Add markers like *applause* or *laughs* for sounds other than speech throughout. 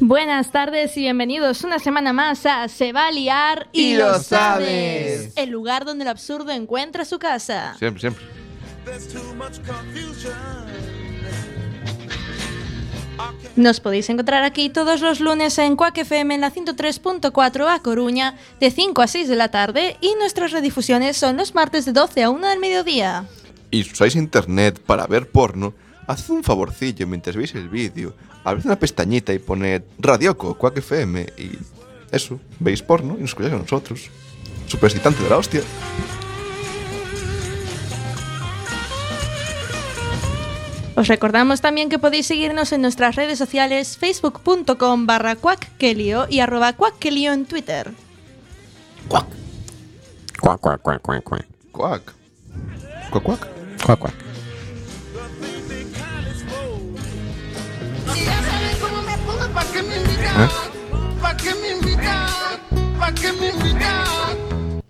Buenas tardes y bienvenidos una semana más a Se va a liar Y lo sabes. El lugar donde el absurdo encuentra su casa. Siempre, siempre. Nos podéis encontrar aquí todos los lunes en Quack FM en la 103.4 a Coruña de 5 a 6 de la tarde y nuestras redifusiones son los martes de 12 a 1 del mediodía. Y si usáis internet para ver porno, haced un favorcillo mientras veis el vídeo. Abrid una pestañita y poned Radioco, Quack FM y eso, veis porno y nos escucháis a nosotros. Super excitante de la hostia. Os recordamos también que podéis seguirnos en nuestras redes sociales facebook.com barra cuackelio y arroba cuackelio en Twitter. Cuac, cuac, cuac, cuac, cuac. Quack. Quack, quack. Cuac, cuac. Si ya sabes cómo me pongo, ¿pa' qué me invitan? ¿Pa' qué me invitan? ¿Pa' qué me invitan?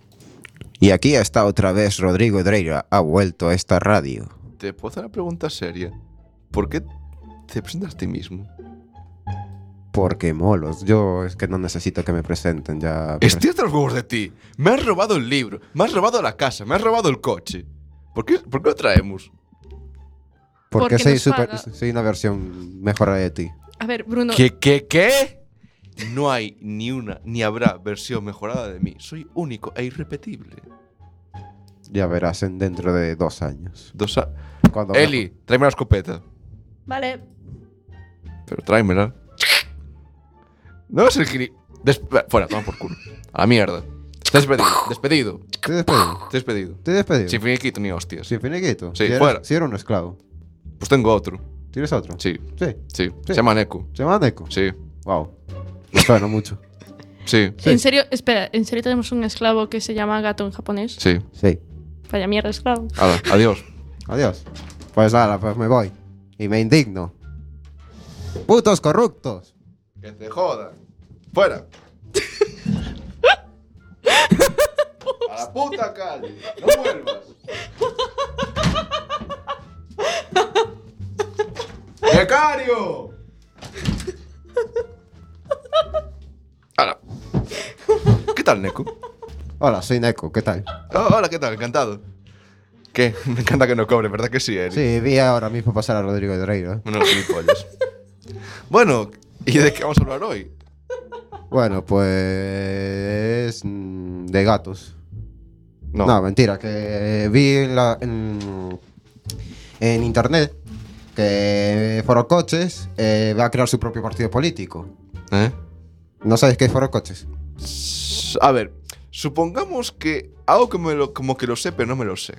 Y aquí está otra vez Rodrigo Dreira, ha vuelto a esta radio. Te puedo hacer una pregunta seria. ¿Por qué te presentas a ti mismo? Porque molos, yo es que no necesito que me presenten ya. Estoy hasta los huevos de ti. Me has robado el libro, me has robado la casa, me has robado el coche. ¿Por qué, por qué lo traemos? Porque Porque soy, nos super- paga. soy una versión mejorada de ti. A ver, Bruno, ¿Qué, qué, qué? No hay ni una ni habrá versión mejorada de mí. Soy único e irrepetible. Ya verás en dentro de dos años. Dos a- Cuando Eli, tráeme la escopeta. vale, Pero tráemela. No es el gili... Des- Fuera, toma por culo. A la mierda. Estás despedido. Despedido. Te despedido. Estás despedido. Te despedido. Sin finiquito ni hostias. Sin finiquito. Sí, si eres- fuera. Si era un esclavo. Pues tengo otro. ¿Tienes otro? Sí, Sí. sí. Se Sí. llama Neko. ¿Se llama Neko? Sí, Wow. Me suena mucho. sí, Sí. En serio, espera, ¿en serio tenemos un esclavo que se llama gato en japonés? sí. Sí. Vaya mierda, esclavo. Hala, adiós. Adiós. Pues nada, pues me voy. Y me indigno. Putos corruptos. Que te jodan. *laughs* Fuera. A la puta calle. No vuelvas. ¡Becario! Hola. ¿Qué tal, Neko? Hola, soy Neko, ¿qué tal? Oh, hola, ¿qué tal? Encantado. ¿Qué? Me encanta que *laughs* no cobre, ¿verdad que sí, Eric? Sí, vi ahora mismo pasar a Rodrigo ¿eh? Dreiro. Menos gilipollas. bueno, ¿y de qué vamos a hablar hoy? Bueno, pues. mm, de gatos. No, mentira, que vi en, la- en, en internet que Foro Coches eh, va a crear su propio partido político. ¿Eh? ¿No sabes qué es Foro Coches? S- A ver, supongamos que hago como, lo, como que lo sé, pero no me lo sé.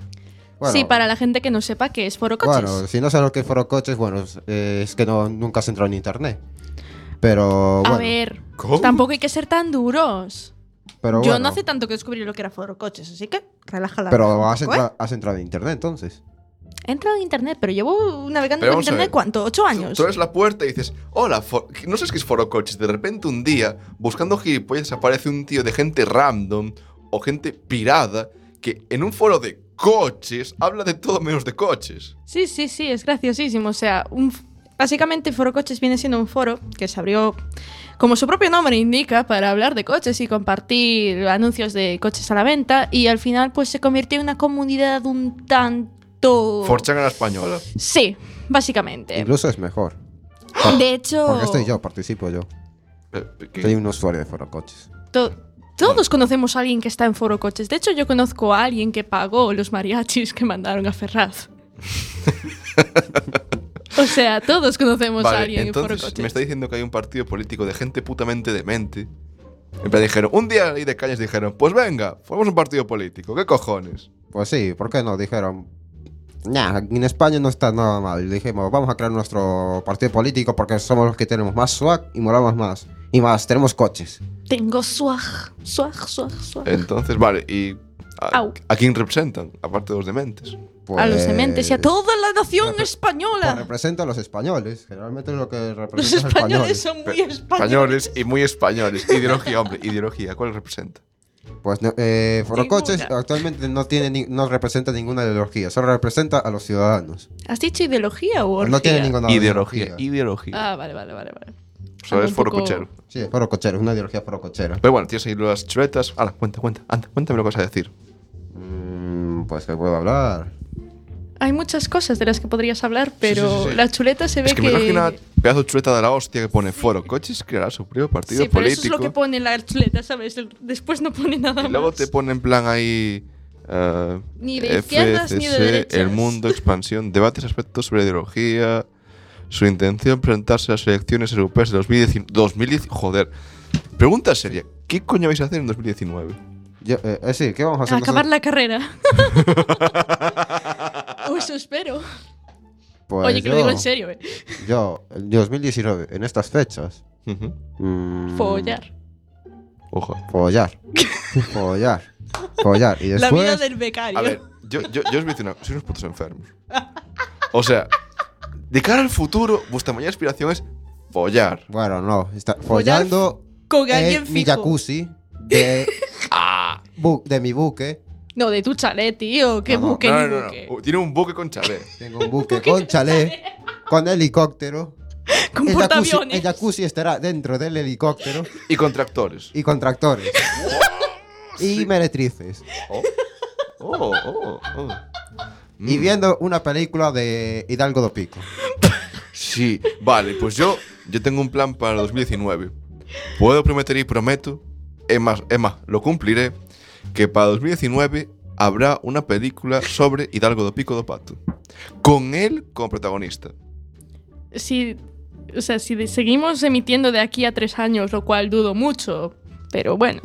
Bueno, Sí, para la gente que no sepa que es Foro Coches. Bueno, si no sabes lo que es Foro Coches, bueno, es, eh, es que no, nunca has entrado en internet. Pero bueno, A ver, ¿Cómo? tampoco hay que ser tan duros. pero yo bueno, no hace tanto que descubrí lo que era Foro Coches, así que relájala. pero has, un poco, ¿eh? entra- has entrado en internet entonces. He entrado en internet, pero llevo navegando Pero en vamos a internet ver. ¿cuánto? Ah, ¿Ocho años? Tú abres la puerta y dices, hola, for- no sé qué es foro coches. De repente un día, buscando gilipollas, aparece un tío de gente random o gente pirada que en un foro de coches habla de todo menos de coches. Sí, sí, sí, es graciosísimo. O sea, un f- básicamente Foro Coches viene siendo un foro que se abrió, como su propio nombre indica, para hablar de coches y compartir anuncios de coches a la venta. Y al final, pues se convirtió en una comunidad un tanto. Forchan a la española. Sí, básicamente. Incluso es mejor. De hecho. Porque este estoy yo, participo yo. Eh, ¿qué? Soy un usuario de Foro Coches. To- todos conocemos a alguien que está en Foro Coches. De hecho, yo conozco a alguien que pagó los mariachis que mandaron a *laughs* Ferraz. o sea, todos conocemos a Vale, alguien en Foro entonces Coches. me está diciendo que hay un partido político de gente putamente demente. En plan, dijeron, un día ahí de calles dijeron, pues venga, formamos un partido político, ¿qué cojones? Pues sí, ¿por qué no? Dijeron, nah, en España no está nada mal. Dijimos, vamos a crear nuestro partido político porque somos los que tenemos más swag y moramos más. Y más, tenemos coches. Tengo swag, swag, swag, Eh, swag. Entonces, vale, ¿y a, Au. a quién representan? Aparte de los dementes. A los dementes y a Pues, toda la nación Repe- pues española. representa a los españoles. Generalmente es lo que representa Los españoles son muy españoles. Españoles y muy españoles. Ideología, hombre, ideología, ¿cuál representa? Pues no, eh, Foro Ninguna. Coches actualmente no, tiene ni- no representa ninguna ideología, solo representa a los ciudadanos. Pues ¿Has dicho ideología o No tiene orgía? ninguna ideología, ideología. Ah, vale, vale, vale, vale. O sea, Algo es un foro Ah, poco- cochero. Sí, es foro cochero, es una ideología foro cochera. Pero bueno, tienes ahí las chuletas. Ahora, cuenta, cuenta. Anda, cuéntame lo que vas a decir. Mm, pues que puedo hablar. Hay muchas cosas de las que podrías hablar, pero sí, sí, sí. la chuleta se ve Es que que. me imagino una pedazo de chuleta de la hostia que pone foro coches creará su propio partido sí, pero eso es político. lo que pone la chuleta, ¿sabes? El- Después no pone nada y luego más. te pone en plan ahí. eh, Ni de izquierdas ni de derechas. El mundo, expansión, debates, aspectos sobre ideología. Su intención presentarse a las elecciones europeas de 2019. 2010 joder. Pregunta seria: ¿qué coño vais a hacer en 2019? Yo, eh, eh, sí, ¿qué vamos a hacer? acabar nosotros? la *laughs* carrera. O eso espero. Pues Oye, que lo yo- digo en serio, eh. Yo, el 2019, en estas fechas. Ujú. mm, Follar. Ojo. *laughs* Follar. follar. Follar. Y La vida después. del becario. A ver, yo, yo, yo os voy a decir una sois unos putos enfermos. O sea, de cara al futuro, vuestra mayor aspiración es follar. Bueno, no. Está Follar follando. con alguien en Eh, mi fijo. jacuzzi. *laughs* De, ah, bu- de mi buque. No, de tu chalet, tío. Qué No, no, buque, no, ni no, no, buque. no. Tiene un buque con chalet. Tengo *laughs* un buque con chalet. Con helicóptero. Con el jacuzzi, el portaaviones. jacuzzi estará dentro del helicóptero. Y con tractores. Y *laughs* con tractores. y meretrices. Oh, oh, oh, oh. Mm, Y viendo una película de Hidalgo do Pico. Sí, vale, pues yo, yo tengo un plan para 2019. Puedo prometer y prometo, es más, es más, lo cumpliré, que para 2019 habrá una película sobre Hidalgo do Pico do Pato. Con él como protagonista. Si, o sea, si de- seguimos emitiendo de aquí a tres años, lo cual dudo mucho, pero bueno,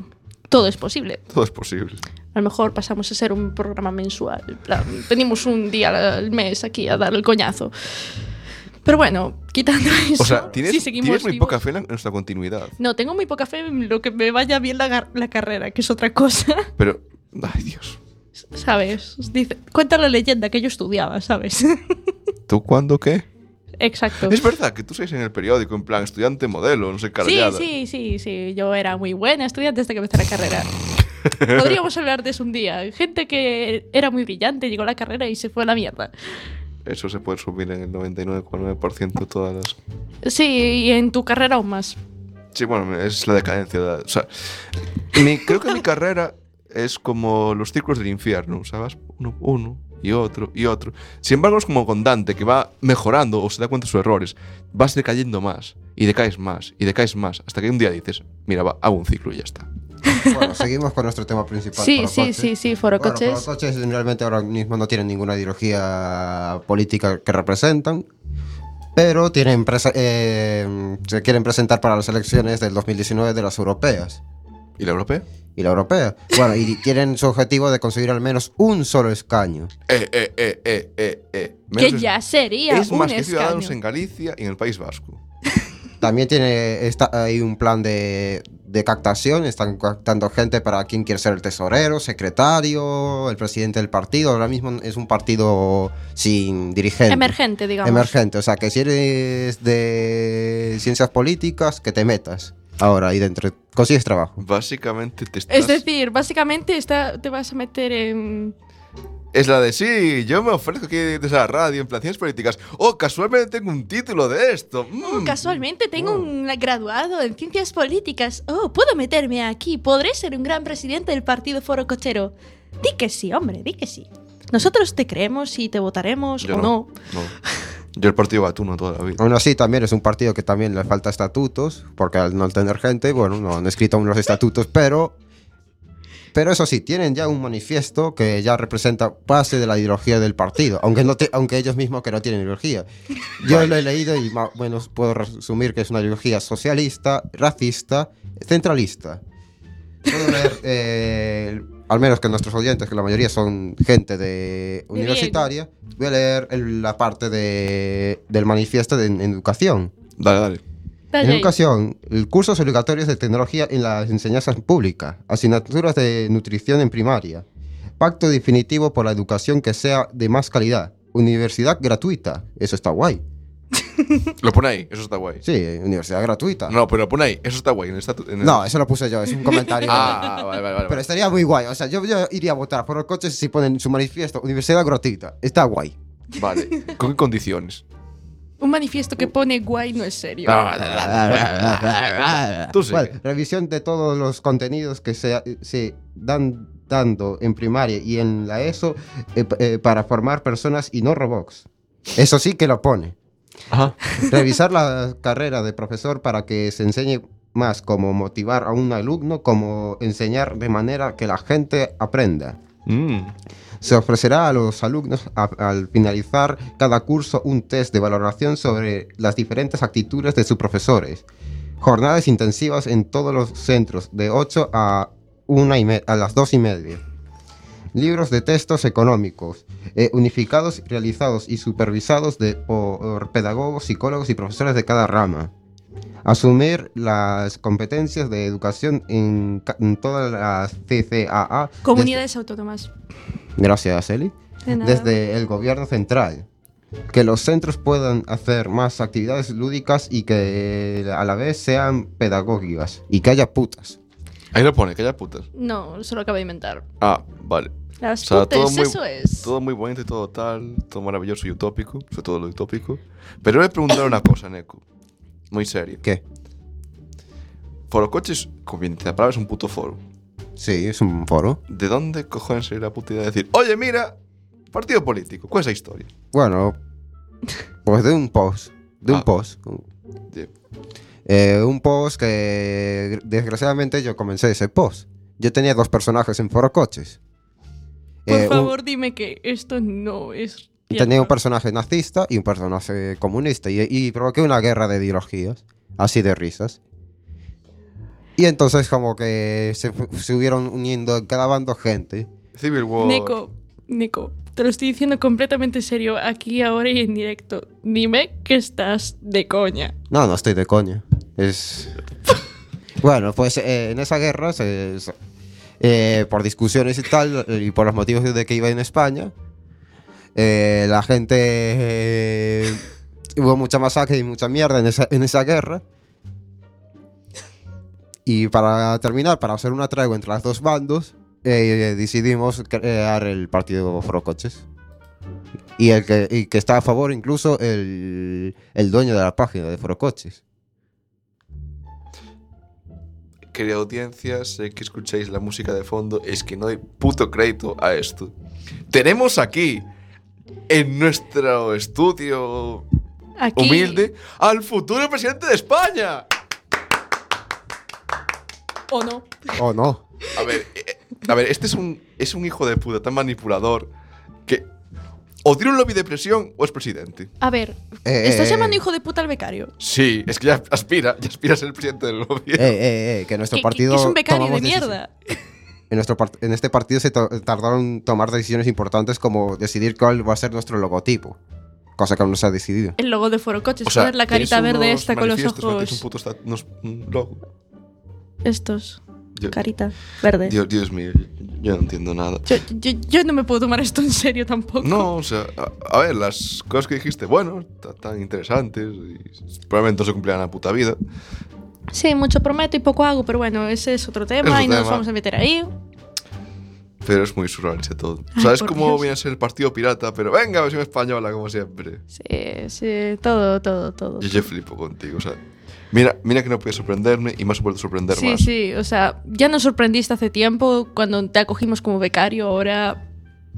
todo es posible. Todo es posible. A lo mejor pasamos a ser un programa mensual. en plan, Tenemos un día al mes aquí a dar el coñazo. Pero bueno, quitando eso, O sea, tienes, si seguimos tienes muy vivos- poca fe en la- en nuestra continuidad. No, tengo muy poca fe en lo que me vaya bien la, gar- la carrera, que es otra cosa. *laughs* Pero, ay Dios. ¿Sabes? Dice, cuenta la leyenda que yo estudiaba, ¿sabes? *laughs* ¿Tú cuándo qué? Exacto. Es verdad que tú sois en el periódico, en plan estudiante modelo, no sé, Sí, cargada. sí, sí, sí. Yo era muy buena estudiante hasta que empecé la *laughs* carrera. Podríamos hablar de eso un día. Gente que era muy brillante, llegó a la carrera y se fue a la mierda. Eso se puede subir en el 99,9% de todas las... Sí, y en tu carrera aún más. Sí, bueno, es la decadencia. de la- o sea, mi- creo que mi carrera es como los círculos del infierno, ¿sabes? Uno, uno y otro y otro. Sin embargo, es como con Dante, que va mejorando o se da cuenta de sus errores. Vas decayendo más y decaes más y decaes más hasta que un día dices, mira, va, hago un ciclo y ya está. Bueno, seguimos con nuestro tema principal. Sí, foro sí, coches. sí, sí, foro Bueno, coches. foro coches realmente ahora mismo no tienen ninguna ideología política que representan, pero tienen presa- eh, se quieren presentar para las elecciones del 2019 de las europeas ¿Y la europea? y la europea. *laughs* Bueno, y tienen su objetivo de conseguir al menos un solo escaño. Eh, eh, eh, eh, eh, eh. Que Menos es- ya sería Es un más que escaño. Ciudadanos en Galicia y en el País Vasco. También tiene está, hay un plan de, de captación, están captando gente para quien quiere ser el tesorero, secretario, el presidente del partido. Ahora mismo es un partido sin dirigente. Emergente, digamos. Emergente, o sea, que si eres de ciencias políticas, que te metas ahora y dentro consigues trabajo. Básicamente te estás... Es decir, básicamente está, te vas a meter en... Es la de sí, yo me ofrezco aquí desde la radio en planciones políticas. Oh, casualmente tengo un título de esto. Oh, Mm. casualmente tengo Oh. un graduado en ciencias políticas. Oh, puedo meterme aquí. Podré ser un gran presidente del partido Foro Cochero. Di que sí, hombre, di que sí. Nosotros te creemos y te votaremos Yo o no. no. Yo el partido gatuno toda la *laughs* vida. Aún así, también es un partido que también le falta estatutos, porque al no tener gente, bueno, no han escrito aún los estatutos, pero. Pero eso sí, tienen ya un manifiesto que ya representa base de la ideología del partido, aunque, no te- aunque ellos mismos que no tienen ideología. Yo lo he leído y más o menos puedo resumir que es una ideología socialista, racista, centralista. Puedo leer, eh, al menos que nuestros oyentes, que la mayoría son gente de bien. universitaria, voy a leer el- la parte de- del manifiesto de, en educación. Dale, dale. En educación, el cursos obligatorios de tecnología en las enseñanzas públicas, asignaturas de nutrición en primaria, pacto definitivo por la educación que sea de más calidad, universidad gratuita, eso está guay. Lo pone ahí, eso está guay. Sí, universidad gratuita. No, pero lo pone ahí, eso está guay. En el estatu- en el- No, eso lo puse yo, es un comentario. *laughs* Ah, vale, vale, vale. Pero estaría muy guay, o sea, yo, yo iría a votar por los coches si ponen su manifiesto, universidad gratuita, está guay. Vale. ¿Con qué condiciones? Un manifiesto que pone guay no es serio. Ah. Tú sí. Bueno, revisión de todos los contenidos que se, se dan dando en primaria y en la ESO eh, pa- eh, para formar personas y no robots. Eso sí que lo pone. Ajá. Revisar la carrera de profesor para que se enseñe más cómo motivar a un alumno, cómo enseñar de manera que la gente aprenda. Mm. Se ofrecerá a los alumnos a- al finalizar cada curso un test de valoración sobre las diferentes actitudes de sus profesores. Jornadas intensivas en todos los centros, de 8 a, una y me- a las 2 y media. Libros de textos económicos, eh, unificados, realizados y supervisados de- por pedagogos, psicólogos y profesores de cada rama. Asumir las competencias de educación en, ca- en todas las CCAA. desde- Comunidades autónomas. Gracias, Eli. De nada. Desde el gobierno central. Que los centros puedan hacer más actividades lúdicas y que eh, a la vez sean pedagógicas. Y que haya putas. Ahí lo pone, que haya putas. No, se lo acabo de inventar. Ah, vale. Las O sea, putes, todo muy- eso es. Todo muy bonito y todo tal, todo maravilloso y utópico, sobre todo lo utópico. Pero yo le preguntar una cosa, Neko. Muy serio. ¿Qué? Foro coches, como bien dice la palabra, es un puto foro. Sí, es un foro. ¿De dónde cojones salió la puta idea de decir, oye, mira, partido político, ¿cuál es la historia? Bueno, pues de un post. De un Ah. post. De- Eh, un post que gr- desgraciadamente yo comencé ese post. Yo tenía dos personajes en foro coches. Por Eh, un- favor, dime que esto no es. Tenía un tierno. personaje nazista y un personaje comunista y, y provoqué una guerra de ideologías, así de risas. Y entonces como que se, fu- se hubieron uniendo en cada bando gente. Civil War. Neko, Neko, te lo estoy diciendo completamente serio aquí, ahora y en directo. Dime que estás de coña. No, no estoy de coña. Es... *laughs* bueno, pues eh, en esa guerra, se- se- eh, por discusiones y tal, y por los motivos de que iba en España, eh, la gente... eh, hubo mucha masacre y mucha mierda en esa, en esa guerra. Y para terminar, para hacer una tregua entre los dos bandos, eh, decidimos crear el partido Forocoches. Y el que, y que está a favor incluso el, el dueño de la página de Forocoches. Querida audiencia, sé que escucháis la música de fondo, es que no doy puto crédito a esto. Tenemos aquí, en nuestro estudio Aquí, humilde, al futuro presidente de España. ¿O no? Oh, no. A ver, eh, a ver, este es un, es un hijo de puta tan manipulador que o tiene un lobby de presión o es presidente. A ver, Eh, estás eh, llamando eh. hijo de puta al becario. Sí, es que ya aspira, ya aspira a ser el presidente del lobby. Eh, eh, eh, que nuestro Que- que- partido. que es un becario de tomamos decisi- mierda. En, nuestro part- en este partido se to- tardaron en tomar decisiones importantes como decidir cuál va a ser nuestro logotipo. Cosa que aún no se ha decidido. El logo de Foro Coches, O sea, poner la carita tenéis verde unos esta con los manifiestos, ¿no? Tenéis un ojos. puto esta- unos- un logo. Estos, Yo- carita verde. Dios, Dios mío, yo no entiendo nada. Yo, yo- yo no me puedo tomar esto en serio tampoco. No, o sea, a, a ver, las cosas que dijiste, bueno, ta- tan interesantes y probablemente no se cumplirán en la puta vida. Sí, mucho prometo y poco hago, pero bueno, ese es otro tema otro y no nos tema. vamos a meter ahí. Pero es muy surrealista todo. Ay, O sea, es por como Dios. viene a ser el partido pirata, pero venga, versión española, como siempre. Sí, sí, todo, todo, todo. Yo, yo flipo contigo, o sea. Mira, mira que no pude sorprenderme y me has vuelto a sorprender Sí, más. sí, o sea, ya nos sorprendiste hace tiempo cuando te acogimos como becario, ahora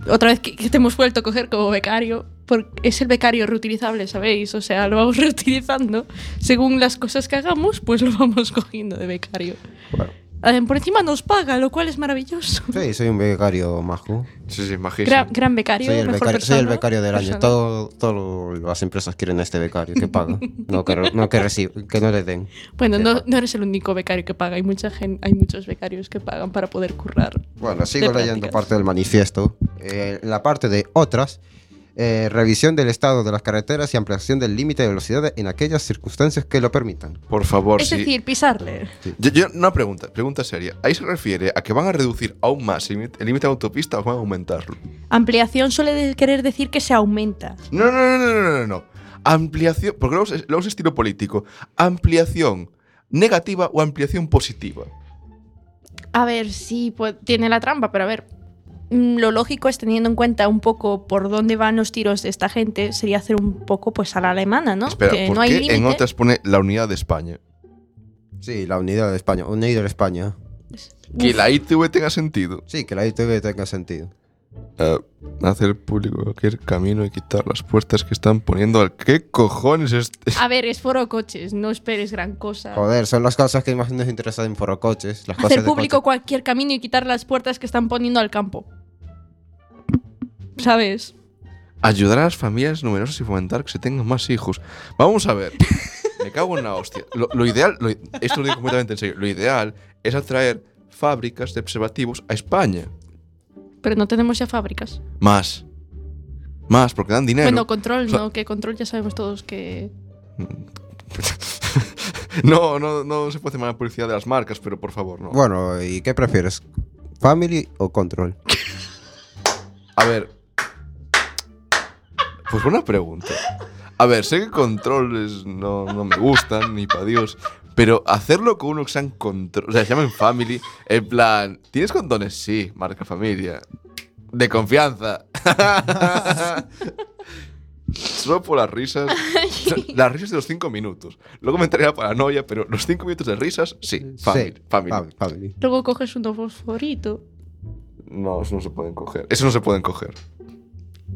otra vez que, que te hemos vuelto a coger como becario, porque es el becario reutilizable, ¿sabéis? O sea, lo vamos *laughs* reutilizando según las cosas que hagamos, pues lo vamos *laughs* cogiendo de becario. Bueno, Adem- Por encima nos paga, lo cual es maravilloso. sí, soy un becario majo. Sí, sí, Gran, majísimo. gran becario, Soy el mejor becario, soy persona. el becario del año. persona. Todas las empresas quieren a este becario *laughs* que paga. No que, re- no que recibe, que no le den. Bueno, no, no eres el único becario que paga, hay, mucha gen- hay muchos becarios que pagan para poder currar. Bueno, sigo de leyendo prácticas. parte del manifiesto. Eh, la parte de otras, eh, revisión del estado de las carreteras y ampliación del límite de velocidad en aquellas circunstancias que lo permitan. Por favor, Es sí. decir, pisarle. Yo, yo- una pregunta, pregunta seria. ¿Ahí se refiere a que van a reducir aún más el límite- el límite de autopista o van a aumentarlo? Ampliación suele de- querer decir que se aumenta. No, no, no, no, no, no, no. Ampliación, porque luego es, luego es estilo político. Ampliación negativa o ampliación positiva. A ver, sí, pues, tiene la trampa, pero a ver. mm, lo lógico es teniendo en cuenta un poco por dónde van los tiros de esta gente, sería hacer un poco pues a la alemana, ¿no? Espera, que ¿por no hay qué en límite. otras pone la unidad de España? Sí, la unidad de España. Unido de España. Que la ITV tenga sentido. Sí, que la ITV tenga sentido. Eh, hacer público cualquier camino y quitar las puertas que están poniendo al... ¿Qué cojones es este? A ver, es foro coches, no esperes gran cosa. Joder, son las cosas que más nos interesan en forocoches. Las cosas Ah. Hacer de público coche. cualquier camino y quitar las puertas que están poniendo al campo. ¿Sabes? Ayudar a las familias numerosas y fomentar que se tengan más hijos. Vamos a ver. Me cago en la hostia. Lo, lo ideal, lo- esto lo digo completamente en serio, lo ideal es atraer fábricas de preservativos a España. Pero no tenemos ya fábricas. Más. Más, porque dan dinero. bueno, control, o sea- ¿no? Que control ya sabemos todos que... No, no, no se puede hacer mala publicidad de las marcas, pero por favor, no. Bueno, ¿y qué prefieres? ¿Family o Control? A ver. Pues buena pregunta. A ver, sé que controles no, no me gustan, ni para Dios. Pero hacerlo con uno que sean control. O sea, se llamen family. En plan, ¿tienes condones? Sí, marca familia. De confianza. *laughs* Solo por las risas. O sea, Las risas de los cinco minutos. Luego me entraría la paranoia, pero los cinco minutos de risas, sí. Family. Sí, family. fam- family. Luego coges un fosforito No, eso no se pueden coger. Eso no se pueden coger.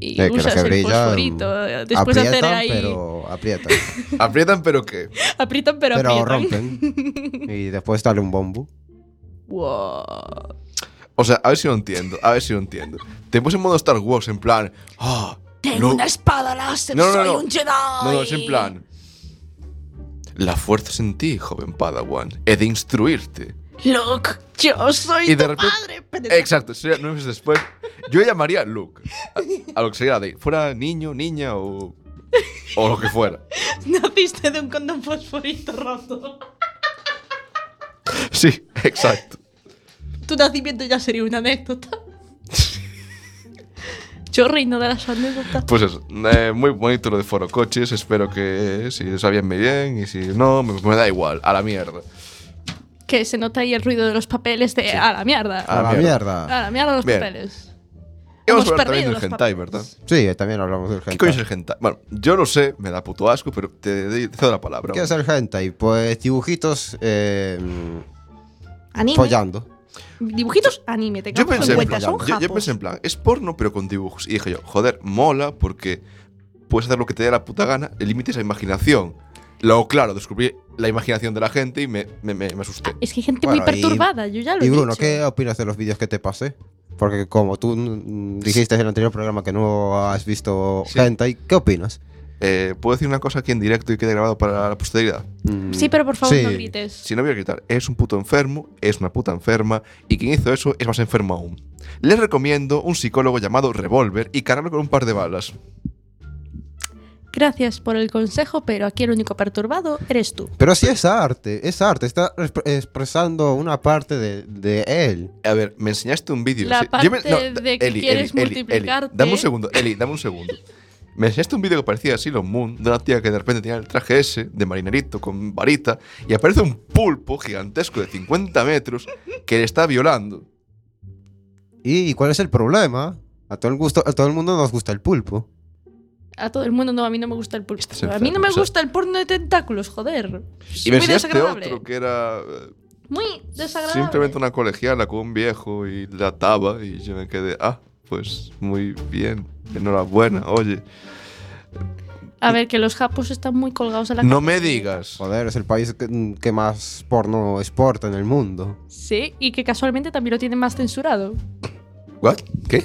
y Eh, que usas las el hebrillas, mm, mm, fosforito. eh, Después de hacer aprietan, ahí... pero aprietan. Aprietan, pero ¿qué? Aprietan *laughs* pero, pero aprietan. rompen. *laughs* y después dale un bombo. Wow. O sea, a ver si lo entiendo, a ver si lo entiendo. Te puse en modo Star Wars, en plan. ah, Tengo no. una espada láser, No, no, soy no. un Jedi. No, no, es en plan. La fuerza es en ti, joven Padawan. He de instruirte. Luke, yo soy Y de tu repente- Eh. padre. pero- Exacto, sería nueve meses después. Yo llamaría Luke. A, a lo que sería de. Fuera niño, niña o. O lo que fuera. *laughs* Naciste de un condón fosforito roto. Sí, exacto. Tu nacimiento ya sería una *laughs* anécdota. Yo reino de las anécdotas. Pues eso, eh, muy bonito lo de Foro Coches. Espero que eh, si lo sabían muy bien y si no, me, me da igual, a la mierda. Que se nota ahí el ruido de los papeles de a la mierda. A A, la la Ah, mierda. A la mierda los Ah, Bien. papeles. Y vamos a Hemos hablar también perdido del los hentai, papeles. ¿verdad? Sí, también hablamos del ¿Qué coño es hentai. el hentai? Bueno, yo lo sé, me da puto asco, pero te te cedo la palabra. ¿Qué es el hentai? Pues dibujitos eh, Anime. follando. Dibujitos anime, te Yo cago en pensé, en cuenta, plan, son yo, yo japos. pensé en plan, es porno pero con dibujos. Y dije yo, joder, mola porque puedes hacer lo que te dé la puta gana, el límite es la imaginación. Luego, claro, descubrí la imaginación de la gente y me, me, me- me asusté. Es que hay gente muy Bueno, y- perturbada, yo ya lo Y he Bruno, dicho. ¿qué opinas de los vídeos que te pasé? Porque como tú mm, dijiste en el anterior programa que no has visto Sí. hentai, ¿qué opinas? Eh, ¿Puedo decir una cosa aquí en directo y quede grabado para la posteridad? Mm, Sí, pero por favor sí. no grites. Si no voy a gritar, es un puto enfermo, es una puta enferma, y quien hizo eso es más enfermo aún. Les recomiendo un psicólogo llamado Revolver y cargarlo con un par de balas. Gracias por el consejo, pero aquí el único perturbado eres tú. Pero sí es arte, es arte, está exp- expresando una parte de, de él. A ver, me enseñaste un vídeo. La sí. Yo me- parte da- de que quieres multiplicarte. dame un segundo, Eli, dame un segundo. Me enseñaste un vídeo que parecía así, Sailor Moon, de una tía que de repente tenía el traje ese, de marinerito, con varita, y aparece un pulpo gigantesco de 50 metros que le está violando. ¿Y cuál es el problema? A todo el, gusto, a todo el mundo nos gusta el pulpo. A todo el mundo no, a mí no me gusta el porno. Estás A mí no enfermo, me o sea- gusta el porno de tentáculos, joder. Y me muy enseñaste desagradable. otro que era eh, Muy desagradable. simplemente una colegiala con un viejo y la ataba, y yo me quedé, ah, pues muy bien, enhorabuena, oye. A ver, que los japos están muy colgados a la No cabeza. me digas. Joder, es el país que, que más porno exporta en el mundo. Sí, y que casualmente también lo tienen más censurado. ¿What? ¿Qué?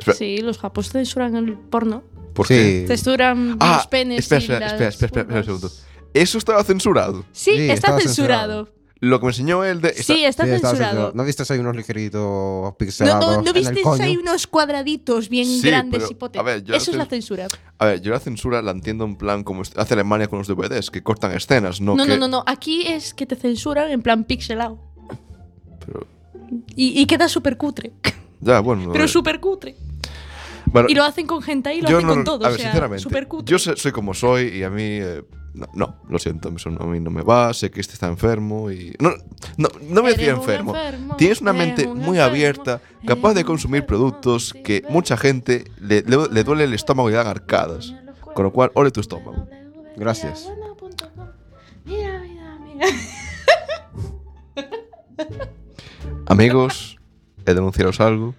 Espera, Sí, los japos censuran el porno. ¿Por sí. qué? Censuran Ah, los penes espera, y espera, las espera, espera, espera, espera un vulvas. segundo. Eso estaba censurado. Sí, Sí, está estaba censurado. Lo que me enseñó él de. Sí, está Sí, estaba censurado. censurado. ¿No viste ahí unos ligeritos No, pixelados? no, ¿no en el viste coño? hay unos cuadraditos bien Sí, grandes pero, y potentes? a ver, yo Eso es la cens- censura. A ver, yo la censura la entiendo en plan como est- hace Alemania con los DVDs, que cortan escenas, no No, que. no, no, no. Aquí es que te censuran en plan pixelado. Pero- Y, y queda súper cutre. Ya, bueno. a Pero ver. súper cutre. Bueno, Y lo hacen con gente y lo yo hacen no- con todo. a o ver, sea, sinceramente, súper cutre. yo sé- soy como soy y a mí... eh, no, no, lo siento, eso no- a mí no me va, sé que este está enfermo y... No, no, no voy a decir Eres un enfermo. enfermo, Tienes una eres mente un muy enfermo, abierta, capaz eres de un consumir enfermo, productos sí, que ves. mucha gente le, le- le duele el estómago y le dan arcadas. Con lo cual, ole tu estómago. Gracias. Mira, mira, mira. *laughs* Amigos, he *laughs* denunciaros algo.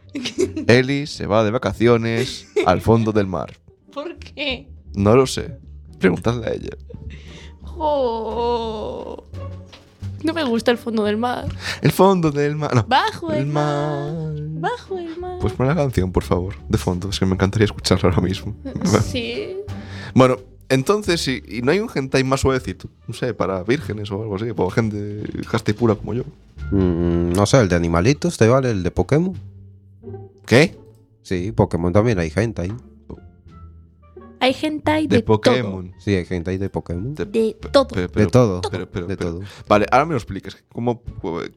Eli se va de vacaciones al fondo del mar. ¿Por qué? No lo sé. Preguntadle a ella. Jo. No me gusta el fondo del mar. El fondo del mar. No. Bajo el, El mar. mar. Bajo el mar. Pues pon la canción, por favor, de fondo. Es que me encantaría escucharla ahora mismo. sí. bueno, entonces, ¿y, y no hay un hentai más suavecito? No sé, para vírgenes o algo así, para gente casta y pura como yo. Mm, no sé, el de animalitos, ¿te vale el de Pokémon? ¿Qué? Sí, Pokémon también hay gente ahí. Hay gente ahí de, De, Pokémon. Sí, hay gente ahí de Pokémon. De, todo. De todo. pe- de pero- todo. pero- pero- de pero- todo. Vale, ahora me lo expliques. ¿Cómo,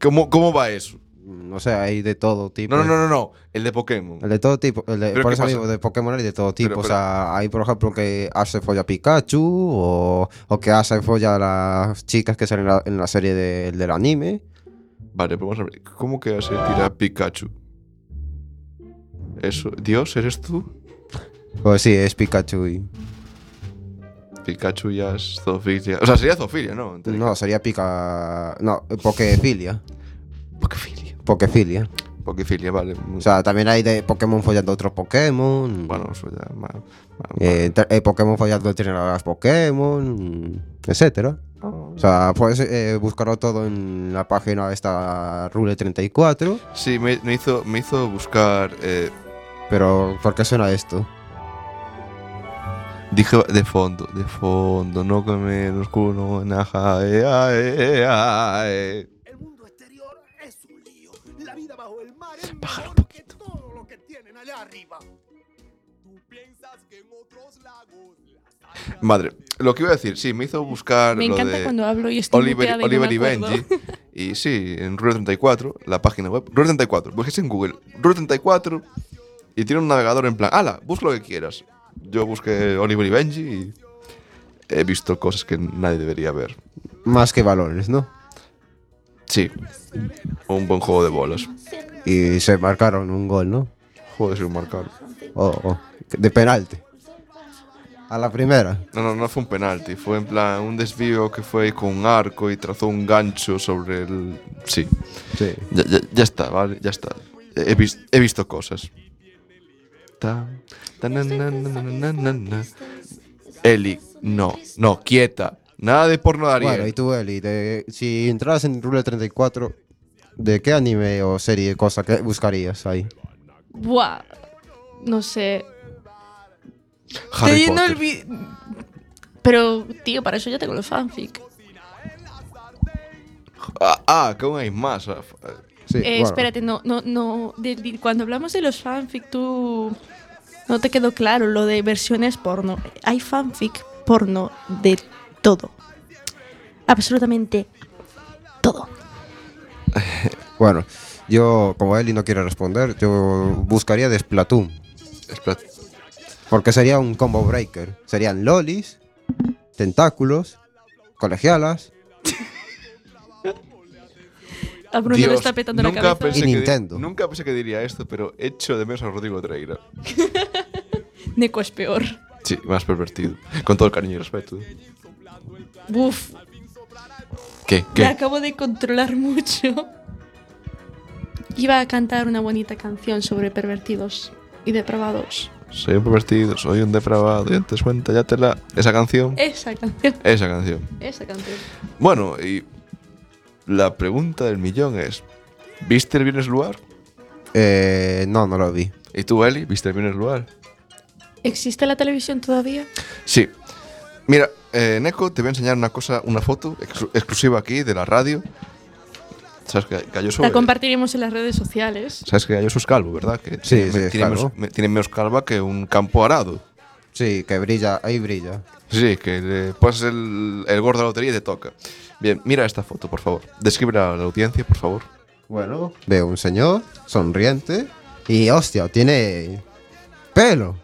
cómo, cómo va eso? No sé, Mm, hay de todo tipo. No, no, no, no, no. El de Pokémon. pues. El de todo tipo, el de- Pero por ¿qué eso pasa? digo, de Pokémon hay de todo tipo. Pero- o sea, hay por ejemplo que hace folla a Pikachu o, o que hace folla a las chicas que salen en la, en la serie de- del anime. Vale, pero vamos a ver. ¿Cómo que se tira Pikachu? Eso. Dios, ¿eres tú? Pues sí, es Pikachu y... Pikachu ya es zoofilia. O sea, sería zoofilia, ¿no? No, sería Pika... No, Pokefilia. Pokefilia. Pokefilia. Pokefilia, vale. O sea, también hay de Pokémon follando a otros Pokémon. bueno, eso ya. ma- ma- Eh, tra- eh, Pokémon follando entre las Pokémon, etcétera. O sea, puedes eh, buscarlo todo en la página de esta Rule 34, ma- Sí, me, me hizo, me hizo buscar. eh, pero ¿por qué suena esto? dije de fondo, de fondo, no que me nos cuno, naja, eh, ah, eh, eh, ah, eh. El mundo exterior es un lío. La vida bajo el mar es Bájalo mejor que todo lo que tienen allá arriba. Tú piensas que en otros lagos las algas Madre, lo que iba a decir, sí, me hizo buscar. Me lo encanta de... cuando hablo y estoy Oliver, muteada y no Oliver me y acuerdo. Benji. *laughs* Y sí, en Rule 34, la página web. Rule 34, busques en Google. Rule 34 y tiene un navegador en plan, ala, busca lo que quieras. Yo busqué Oliver y Benji y he visto cosas que nadie debería ver. Más que balones, ¿no? Sí, un buen juego de bolas. Y se marcaron un gol, ¿no? Joder, sin marcar. Oh, oh, de penalti. A la primera. No, no, no fue un penalti, fue en plan un desvío que fue con un arco y trazó un gancho sobre el... Sí, Sí. Ya, ya- ya está, vale, ya está. He, vis- he visto cosas. Ta- ta- na- na- na- na- na- na- na. Eli, no, no, quieta. Nada de porno de Ariel. Bueno, y tú, Eli, de- si entras en Rule 34, ¿de qué anime o serie, cosa que buscarías ahí? Buah. No sé. Harry Te- no Potter. olvi- Pero, tío, para eso ya tengo los fanfic. Ah, ah, que aún hay más. Ah, f- eh, Sí, Eh, Espérate, no, no, no. de- de- cuando hablamos de los fanfic, tú. No te quedó claro lo de versiones porno. Hay fanfic porno de todo. Absolutamente todo. Bueno, yo, como Eli no quiere responder, yo buscaría de Splatoon. espera. Porque sería un combo breaker. Serían lolis, tentáculos, colegialas A Bruno Dios, le está petando la nunca cabeza. pensé Y que di- Nintendo. nunca pensé que diría esto, pero echo de menos a Rodrigo Treira. Neko es peor. Sí, más pervertido. Con todo el cariño y respeto. Uf, ¿Qué? me ¿Qué? acabo de controlar mucho. Iba a cantar una bonita canción sobre pervertidos y depravados. Soy un pervertido, soy un depravado. Ya te das cuenta, ya te la. Esa canción. Esa canción. Esa canción. Esa canción. Bueno, y la pregunta del millón es, ¿viste el Viernes Luar? Eh, no, no lo vi. ¿Y tú, Eli, viste el Viernes Luar? ¿Existe la televisión todavía? Sí. Mira, eh, Neko, te voy a enseñar una cosa, una foto exclu- exclusiva aquí de la radio. Sabes que Galloso, La eh, compartiremos en las redes sociales. sabes que Galloso es calvo, ¿verdad? Que Sí, tiene- sí, es tiene, calvo. menos, me- tiene menos calva que un campo arado. Sí, que brilla, ahí brilla. Sí, que le pasas el, el gordo a la lotería y te toca. Bien, mira esta foto, por favor. Describe a la audiencia, por favor. Bueno, veo un señor sonriente y hostia, tiene *laughs* pelo.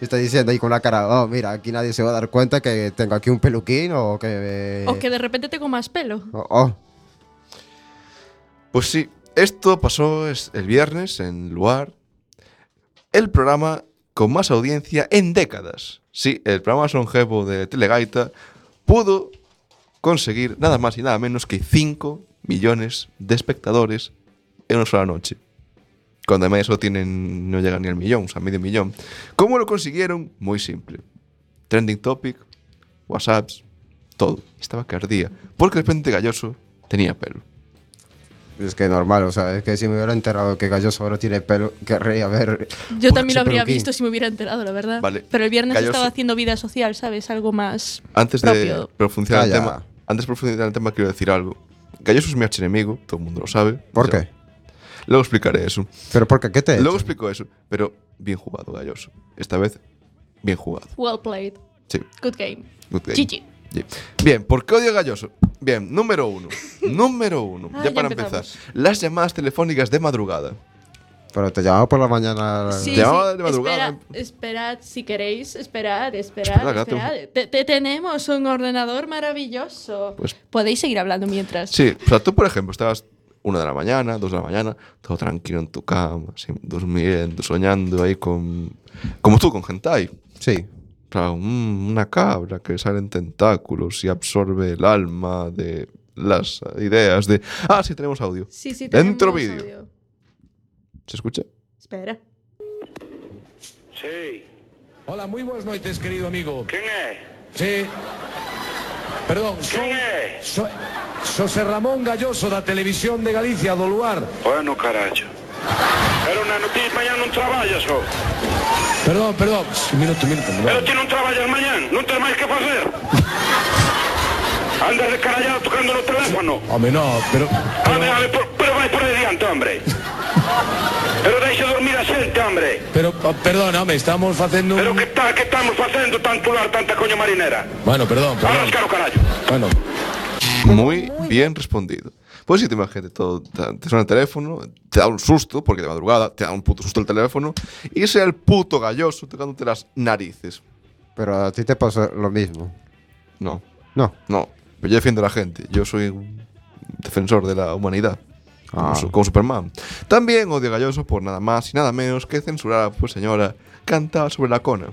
Está diciendo ahí con la cara, oh, mira, aquí nadie se va a dar cuenta que tengo aquí un peluquín o Eh, que... O que de repente tengo más pelo. Oh, oh. Pues sí, esto pasó es- el viernes en Luar, el programa con más audiencia en décadas. Sí, el programa Sonjevo de Telegaita pudo conseguir nada más y nada menos que 5 millones de espectadores en una sola noche. Cuando además eso tienen, no llega ni al millón, o sea, medio millón. ¿Cómo lo consiguieron? Muy simple. Trending topic, WhatsApps, todo. Estaba que ardía. Porque de repente Galloso tenía pelo. Es que normal, o sea, es que si me hubiera enterado que Galloso ahora tiene pelo, querría ver... Yo por también su lo habría peluquín. visto si me hubiera enterado, la verdad. Vale. Pero el viernes Calloso. Ah. estaba haciendo vida social, ¿sabes? Algo más Antes de propio. profundizar el Calla. tema, antes de profundizar en el tema quiero decir algo. Galloso es mi archienemigo, todo el mundo lo sabe. ¿Por Ya- qué? Luego explicaré eso. ¿Pero por qué? ¿Qué te he hecho? Luego explico eso, pero bien jugado Galloso. Esta vez bien jugado. Well played. Sí. Good game. good game. Chichi. Sí. Bien, ¿por qué odio a Galloso? Bien, *laughs* número uno. número uno. Ah, ya ya para empezar. empezamos. Las llamadas telefónicas de madrugada. Pero te llamaba por la mañana... Sí, sí. Llamaba de madrugada. Espera, esperad, si queréis, esperad, Espera, esperad, gato. esperad. Te, te- tenemos un ordenador maravilloso. Pues- Podéis seguir hablando mientras. Sí, o sea, tú, por ejemplo, estabas una de la mañana, dos de la mañana, todo tranquilo en tu cama, así, durmiendo, soñando ahí con. Como tú, con Gentai. Sí. O sea, un- una cabra que sale en tentáculos y absorbe el alma de las ideas de. Ah, sí, tenemos audio. sí, sí Dentro tenemos vídeo. audio. ¿Se escucha? Espera. Sí. Hola, muy buenas noches, querido amigo. ¿Quién es? Sí. Perdón, soy, ¿Quién es? soy José Ramón Galloso da Televisión de Galicia, do lugar. Bueno, caracho. Era una noticia, mañana no trabajas, oh. Perdón, perdón. Un minuto, un minuto. Pero ti non traballas mañán, non tens máis que facer. Andas de carallado tocando no teléfono. Hombre, no, pero... Ande, ande, por, pero vais por aí diante, hombre. Pero deixa dormir a xente, hombre. Pero, oh, perdón, hombre, estamos facendo Pero un... que tal que estamos facendo tanto lar, tanta coña marinera? Bueno, perdón, perdón. Arrascar o carallo. Bueno, Muy bien respondido. Pues sí, te imaginas, todo, te te suena el teléfono, te da un susto, porque de madrugada te da un puto susto el teléfono, y sea el puto galloso tocándote las narices. Pero a ti te pasó lo mismo. No, No. no. Pero yo defiendo a la gente. Yo soy un defensor de la humanidad. Como, Ah. su- como Superman. También odio a Galloso por nada más y nada menos que censurar a pues señora canta sobre la cona.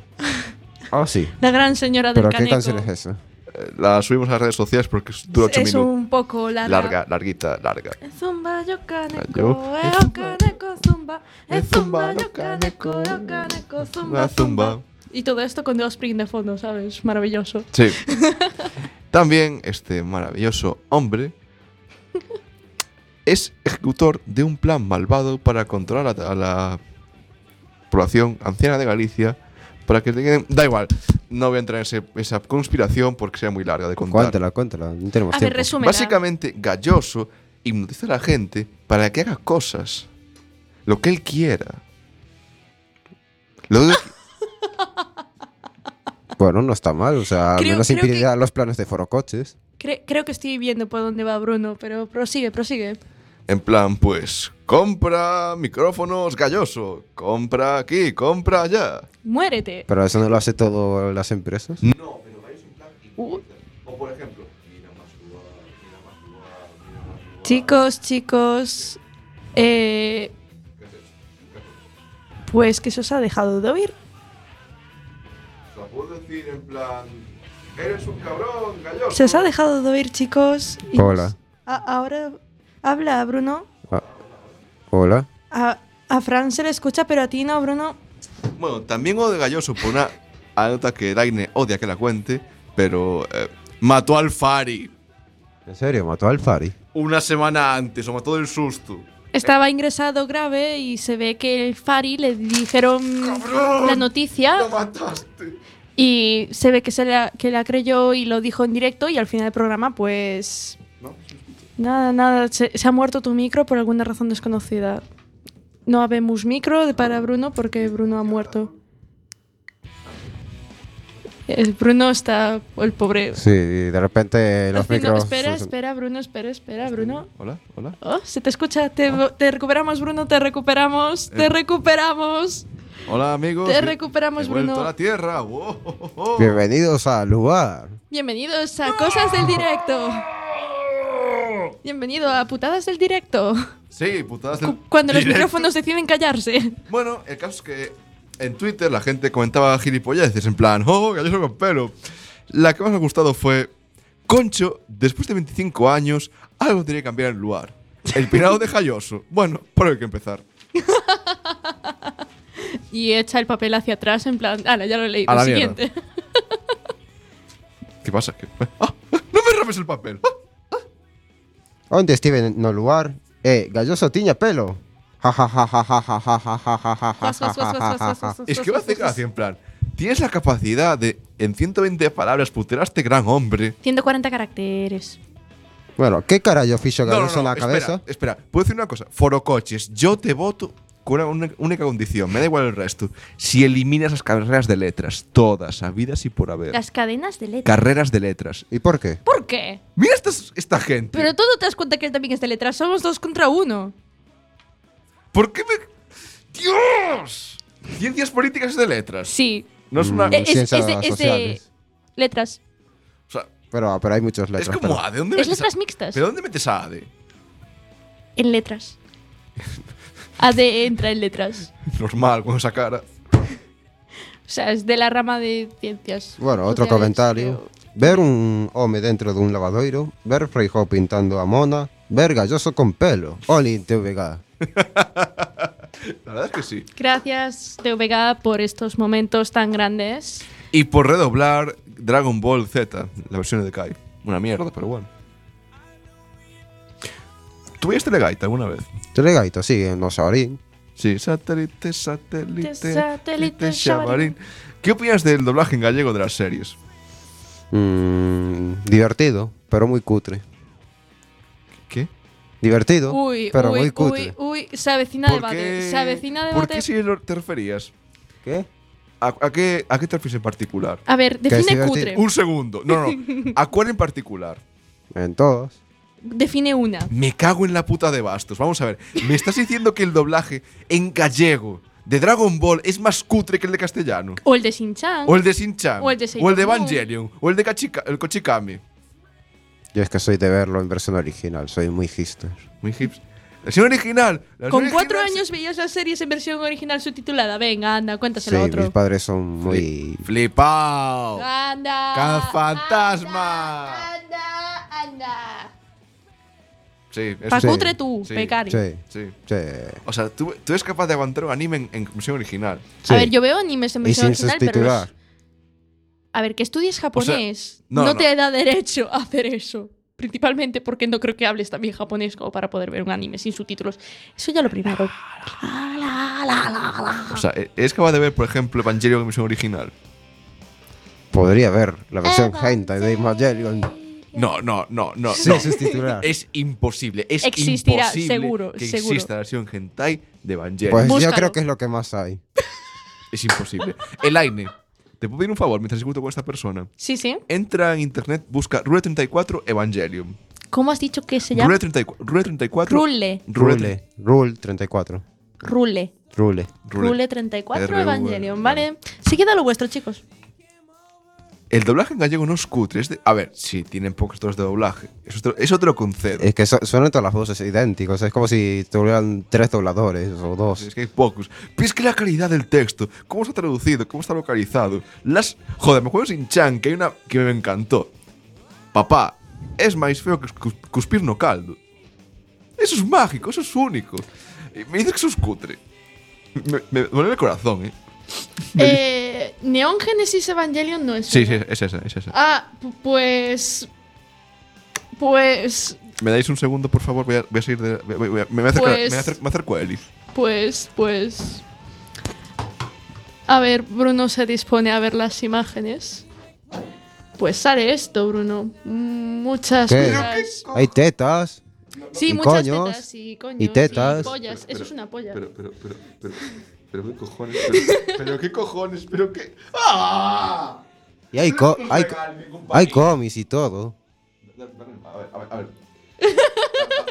Ah, sí. La gran señora del ¿Pero qué caneco. canción es esa? Eh, La subimos a las redes sociales porque es- dura 8 Es minutos. un poco larga. Larga, larguita, larga. Zumba, yo caneco, Yo- eh, oh, caneco, zumba. Eh, Eh, zumba, zumba, yo yo caneco, eh, oh, caneco, caneco, la zumba, zumba. zumba. Y todo esto con dos spring de fondo, ¿sabes? Maravilloso. Sí. *laughs* También este maravilloso hombre es ejecutor de un plan malvado para controlar a, a la población anciana de Galicia para que tengan... Da igual, no voy a entrar en ese- esa conspiración porque sea muy larga de contar. Cuéntala, cuéntala. No tenemos A ver, tiempo. resumen. Básicamente, Galloso hipnotiza a la gente para que haga cosas. Lo que él quiera. Lo que- Bueno, no está mal, o sea, al Creo- menos creo que- impedirá los planes de forocoches. Cre- creo que estoy viendo por dónde va Bruno, pero prosigue, prosigue. En plan, pues, compra micrófonos Galloso. Compra aquí, compra allá. Muérete. Pero eso no lo hace todas las empresas. O por ejemplo, Chicos, chicos. eh, pues que se os ha dejado de oír. puedo decir en plan, eres un cabrón, Se os ha dejado de oír, chicos. Y Hola. a- ahora habla, Bruno. Ah, Hola. A, a Fran se le escucha, pero a ti no, Bruno. Bueno, también odio a Galloso por una anécdota que Dagne odia que la cuente, pero eh, mató al Fari ¿En serio? ¿Mató al Fari? una semana antes, lo mató del susto. Estaba ingresado grave y se ve que el Fari le dijeron la noticia Ah. ¡Lo mataste! y se ve que, se la, que la creyó y lo dijo en directo y al final del programa pues... Nada, nada, se, se ha muerto tu micro por alguna razón desconocida. No habemos micro de- para Bruno porque Bruno ha muerto. El Eh, Bruno está, el pobre. Sí, y de repente los Haciendo- micros. espera, espera, Bruno, espera, espera, Bruno. Hola, hola. Oh, se te escucha, te, te recuperamos, Bruno, te recuperamos, te Eh. recuperamos. Hola, amigos. Te Bien- recuperamos, he vuelto Bruno. a la tierra. Wow, oh, oh. Bienvenidos al lugar. Bienvenidos a Cosas del Directo. Bienvenido a Putadas del Directo. Sí, putadas del Cu- Cuando los directo. micrófonos deciden callarse. Bueno, el caso es que en Twitter la gente comentaba gilipolleces en plan, oh, galloso con pelo. La que más me ha gustado fue, Concho, después de 25 años, algo tiene que cambiar el lugar. El pirado de Jayoso. Bueno, por ahí hay que empezar. Y echa el papel hacia atrás en plan, ala, ya lo he leído. A la mierda. *laughs* siguiente. ¿Qué pasa? ¿Qué- ¡Ah! ¡No me rompes el papel! ¡Ah! Onde estive no lugar? Eh, galloso tiña pelo. Ja, ja, ja, ja, ja, ja, ja, ja, ja, ja, ja, Juas, juas, juas, ja, ja, juas, ja, juas, ja. juas, Es que me juas, hace juas, gracia, en plan, tienes la capacidad de, en 120 palabras, putear a este gran hombre. 140 caracteres. Bueno, ¿qué carajo ficho No, no, galloso no, en la cabeza? espera, espera. ¿Puedo decir una cosa? Forocoches, yo te voto con una única- única condición, me da igual el resto. Si eliminas las carreras de letras, todas, habidas y por haber. Las cadenas de letras. Carreras de letras. ¿Y por qué? ¿Por qué? Mira estas- esta gente. Pero tú no te das cuenta que él también es de letras. Somos dos contra uno. ¿Por qué me. ¡Dios! Ciencias políticas es de letras. Sí. No es una. Mm, Eh, es- Ciencias es de- es de- sociales. Letras. o sea, Pero, pero hay muchos es letras. como pero- ADE. ¿Dónde Es metes a- letras mixtas. ¿Pero dónde metes a ADE? En *laughs* letras. AD entra en letras. Normal, con esa cara. O sea, es de la rama de ciencias. Bueno, otro sociales, comentario. Ver un home dentro de un lavadoiro, ver Freijo pintando a Mona, ver galloso con pelo. Oli, TVG. La verdad es que sí. pero- Gracias, TVG, por estos momentos tan grandes. Y por redoblar Dragon Ball Z, la versión de Kai. Una mierda, pero bueno. ¿Tuviste Legaita alguna vez? Telegaito, sí, en los Saorín. Sí, satélite, satélite, Te satélite, chavarín. ¿Qué opinas del doblaje en gallego de las series? Mm, divertido, pero muy cutre. ¿Qué? Divertido, Uy, pero uy, muy cutre. uy, uy, se avecina ¿Por debate. qué- Se avecina ¿Por debate. qué si lo- te referías? ¿Qué? ¿A, a qué, ¿A qué te refieres en particular? A ver, es define divertido. cutre. Un segundo. No, no. ¿A cuál en particular? En todos. Define una. Me cago en la puta de bastos. Vamos a ver. ¿Me estás diciendo que el doblaje en gallego de Dragon Ball es más cutre que el de castellano? O el de Shin-Chan. O el de Shin-Chan. O el de Sailor Moon. Evangelion. O el de Kachika- el Kochikami. Yo es que soy de verlo en versión original, soy muy hipster. Muy hips. La versión original. la versión Con cuatro original años veías las series en versión original subtitulada. Venga, anda, Sí, cuéntaselo a mis otro. padres son muy... se- Flipao. Ah. Anda. ¡Cazafantasma! Anda, anda. Sí, eso Pa' sí. cutre tú, Sí. pecari. Sí, Sí. sí. O sea, tú, tú eres capaz de aguantar un anime en, en versión original. sí. A ver, yo veo animes en Y versión sin original, pero. sustitular. los- A ver, que estudies japonés no, no, no. te da derecho a hacer eso. Principalmente porque no creo que hables también japonés como para poder ver un anime sin subtítulos. Eso ya lo primero. O sea, e- eres capaz de ver, por ejemplo, Evangelion en versión original. Podría ver la versión hentai de Evangelion No, no, no, no. sin no. sustitular. Es imposible. Es Existirá, imposible seguro, que seguro. exista la versión hentai de Evangelion. Pues yo Búscalo. creo que es lo que más hay. Es imposible. *laughs* Elaine, ¿te puedo pedir un favor mientras discuto con esta persona? Sí, sí. Entra en internet, busca Rule 34 Evangelion. ¿Cómo has dicho que se llama? Rule 34. Rule 34. Rule. Rule, Rule 34. Rule. Rule. Rule. Rule 34 RU, Evangelion. bueno. Vale. Seguid a lo vuestro, chicos. El doblaje en gallego no es cutre. es de- a ver, sí, tienen pocos tonos de doblaje. Eso te, lo- eso te lo concedo. Es que su- suenan todas las voces idénticas. Es como si tuvieran tres dobladores o Pues Es dos. que hay pocos. Pero es que la calidad del texto, cómo está traducido, cómo está localizado. Las. Joder, me acuerdo sin Chan, que hay una que me encantó. Papá, es más feo que cus- cuspir no caldo. Eso es mágico, eso es único. Y me dice que eso es cutre. Me, me duele el corazón, ¿eh? Eh, Neon Genesis Evangelion no es. Sí, una. sí, es esa, es esa. Ah, pu- pues. Pues. ¿Me dais un segundo, por favor? Voy a, voy a seguir de. voy- voy- voy a- me voy a acercar- Pues- me voy a acer- me acerco a Eli. Pues, pues. A ver, Bruno se dispone a ver las imágenes. Pues sale esto, Bruno. Mm, Muchas ¿Qué? cosas. Hay tetas. Sí, Y muchas coños, tetas y coños. y tetas. y pollas. Eso es una polla. Pero, pero, pero, pero, pero, qué cojones, pero, pero qué cojones, pero qué. ¡Ah! Y hay, co- hay, co- hay cómics y todo. A ver, a ver, a ver. A ver,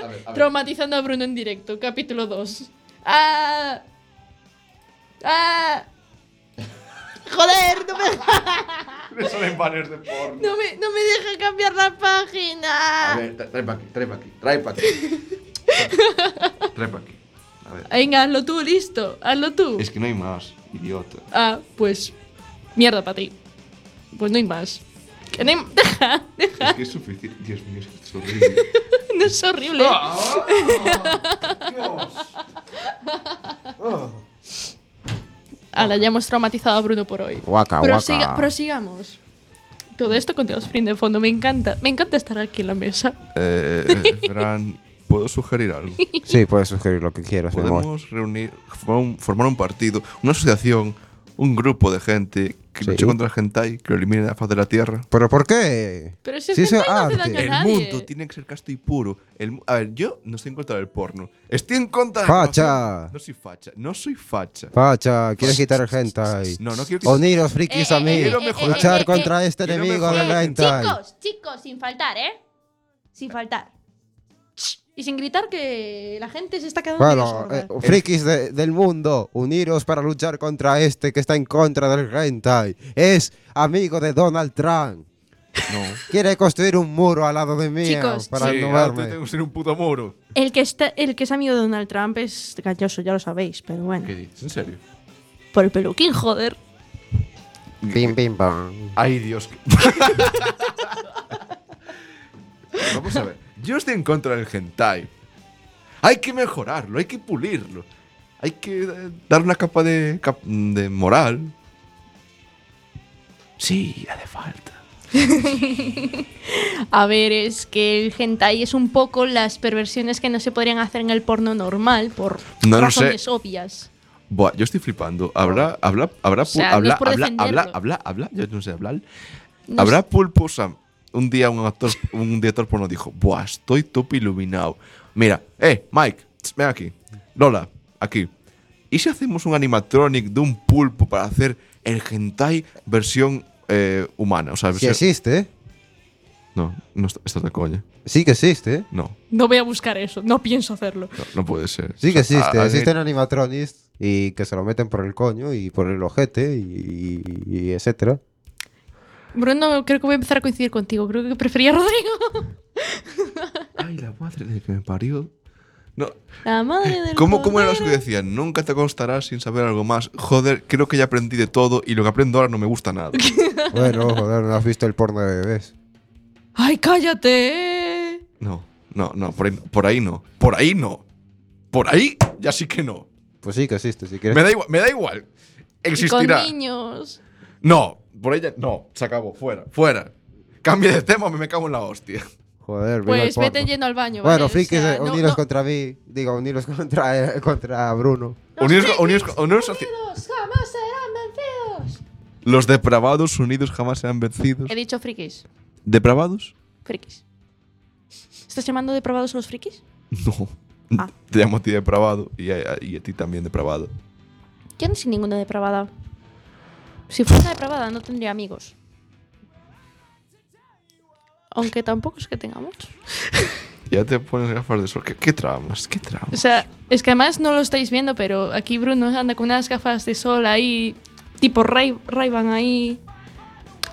a ver. Traumatizando a Bruno en directo, capítulo 2. ¡Ah! ¡Ah! ¡Joder! No me, *laughs* Me salen banners de porno. no me, no me deja cambiar la A página. ver, tra- trae pa' aquí, trae pa' aquí, trae pa' aquí. Trae pa' aquí. A ver. Venga, hazlo tú, listo. Hazlo tú. Es que no hay más, idiota. Ah, pues. Mierda para ti. Pues no hay más. Que no hay- *laughs* Deja, deja. Es que es suficiente. Dios mío, es que es horrible. No es horrible. *laughs* Ah. Ahora ya hemos traumatizado a Bruno por hoy. Guaca, Prosiga- guaca. Prosigamos. Todo esto con Teos Spring de fondo. Me encanta. Me encanta estar aquí en la mesa. Eh, Fran, ¿puedo sugerir algo? Sí, puedes sugerir lo que quieras, mi amor. Podemos reunir, formar un, formar un partido, una asociación, un grupo de gente que Sí. luche contra el hentai, que lo elimine de la faz de la tierra. ¿Pero por qué? Pero si es Sí, que eso no hace arte. daño a El El nadie. mundo tiene que ser casto y puro. El mu- a ver, yo no estoy en contra del porno. Estoy en contra de la Facha. promoción. No soy facha. No soy facha. Pacha, ¿quieres quitar el hentai? No, no quiero quitar- Unir los frikis Eh, a mí. eh, eh, Quiero mejorar. Luchar eh, eh, contra este quiero enemigo del mejorar. hentai. Chicos, chicos, sin faltar, ¿eh? Sin faltar. Y sin gritar que la gente se está quedando Bueno, sorda. eh, frikis de- del mundo, uniros para luchar contra este que está en contra del hentai. Es amigo de Donald Trump. No. Quiere construir un muro al lado de mí eh, Chicos, para Sí, no ahora Ah, tú verme. tengo que ser un puto moro. El, que está, el que es amigo de Donald Trump es galloso, ya lo sabéis, pero bueno. ¿Qué dices? ¿En serio? Por el peluquín, joder. Bim, bim, bam. Ay, *laughs* Dios. que- Vamos a ver. Yo estoy en contra del hentai. Hay que mejorarlo, hay que pulirlo. Hay que eh, dar una capa de, cap- de moral. Sí, hace falta. A ver, es que el hentai es un poco las perversiones que no se podrían hacer en el porno normal por No lo razones obvias. Buah, yo estoy flipando. Habrá, habrá, habrá, pul- sea, no habla, es por habla, defenderlo. habla, habla, habla, yo no sé hablar. No habrá pulpos. a- Un día un actor, un director porno dijo, buah, estoy top iluminado. Mira, eh, Mike, tss, ven aquí. Lola, aquí. ¿Y si hacemos un animatronic de un pulpo para hacer el hentai versión eh, humana? O sea, Si versión- existe, ¿eh? No, no está, está de coña. sí que existe. ¿eh? No, No voy a buscar eso, no pienso hacerlo. no, no puede ser. Sí que O sea, ah, existe. a- a- Existen animatronics y que se lo meten por el coño y por el ojete y, y- y etcétera. Bruno, creo que voy a empezar a coincidir contigo. Creo que prefería a Rodrigo. *laughs* Ay, la madre de que me parió. No, La madre del ¿Cómo, ¿Cómo era cordero. eso que decía? Nunca te constarás sin saber algo más. Joder, creo que ya aprendí de todo y lo que aprendo ahora no me gusta nada. Bueno, *laughs* joder, no has visto el porno de bebés. ¡Ay, cállate! eh. No, no, no, por ahí, por ahí no. Por ahí no. Por ahí ya sí que no. Pues sí que existe, si quieres. Me da igual, me da igual. Y con Existirá. niños. No, por ahí ya. No, se acabó. Fuera, fuera. Cambie de tema, me, me cago en la hostia. Joder, viva el Pues porno. vete lleno al baño. Bueno, ¿vale? O frikis, sea, eh, no- uniros no- contra mí. Digo, uniros *laughs* contra, eh, contra Bruno. Unidos, unidos, unidos hacia- Unidos jamás serán vencidos. los depravados unidos jamás serán vencidos. He dicho frikis. ¿Depravados? Frikis. ¿Estás llamando depravados a los frikis? No. Ah. Te llamo a ti depravado y a- y a ti también depravado. Yo no soy ninguna depravada. Si fuera una depravada no tendría amigos. Aunque tampoco es que tenga muchos. Ya te pones gafas de sol. ¿Qué, qué tramas? ¿Qué O tramas? sea, es que además no lo estáis viendo, pero aquí Bruno anda con unas gafas de sol ahí, tipo Ray- Ray-Ban ahí,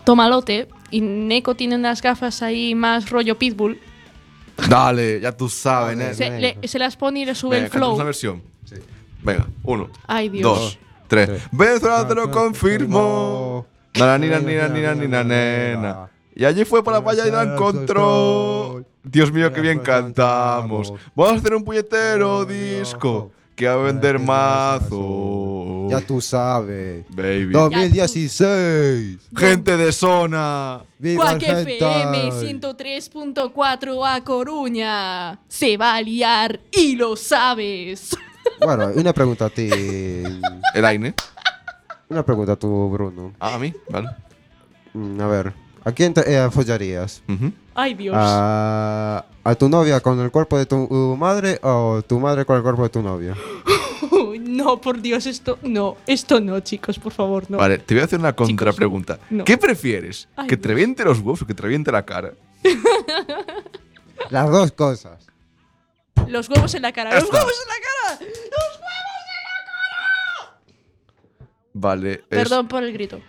tomalote. Y Neko tiene unas gafas ahí más rollo pitbull. Dale, ya tú sabes, Joder, ¿eh? Se, Neko. le- se las pone y le sube Venga, el cantamos flow. una versión. Venga, uno, Ay, Dios. dos, tres. Venezuela te lo confirmó. Nana, nina, nina, nina, nina, nena. Y allí fue para la playa y la encontró. Dios mío, qué bien cantamos. Vamos a hacer un puñetero disco que va a vender mazo. Ya tú sabes. Baby. 2016. Gente de zona. Viva Quack el FM hentai. 103.4 a Coruña. Se va a liar y lo sabes. Bueno, una pregunta a ti. El Aine. Una pregunta a tu Bruno. Ah, a mí, vale. Mm, A ver, ¿a quién te eh, follarías? Ujú. Ay, Dios. Ah. ¿A, uh, a tu novia con el cuerpo de tu madre o tu madre con el cuerpo de tu novia? No, por Dios, esto no, esto no, chicos, por favor, no. Vale, te voy a hacer una contrapregunta. no. ¿Qué prefieres? Ay, ¿Que te reviente los huevos o que te reviente la cara? Las dos cosas. Los huevos en la cara, los Esta. huevos en la cara. ¡Los huevos! Vale. es- Perdón por el grito.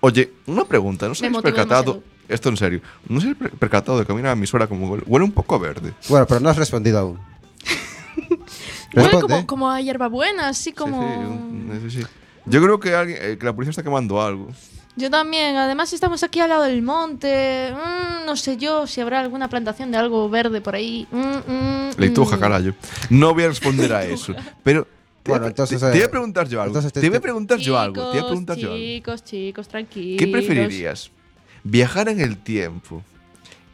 Oye, una pregunta. ¿No se habéis motivé percatado? demasiado. Esto en serio. ¿No se habéis per- percatado de caminar a mi suela como huele? Huele un poco a verde. Bueno, pero no has *laughs* respondido aún. Huele Responde. como, como a hierbabuena, así Sí, como. sí, un- sí, sí. Yo creo que, alguien- eh, que la policía está quemando algo. Yo también, además estamos aquí al lado del monte. Mm, no sé yo si habrá alguna plantación de algo verde por ahí. Mm, mm, Leituja, mm. carajo. No voy a responder *laughs* a eso. Pero. Te, Bueno, voy a- entonces, te, te voy eh, a preguntar yo algo. entonces te- te voy a te- preguntar yo algo. Te voy a preguntar yo chicos, algo. Chicos, chicos, tranquilos. ¿Qué preferirías? ¿Viajar en el tiempo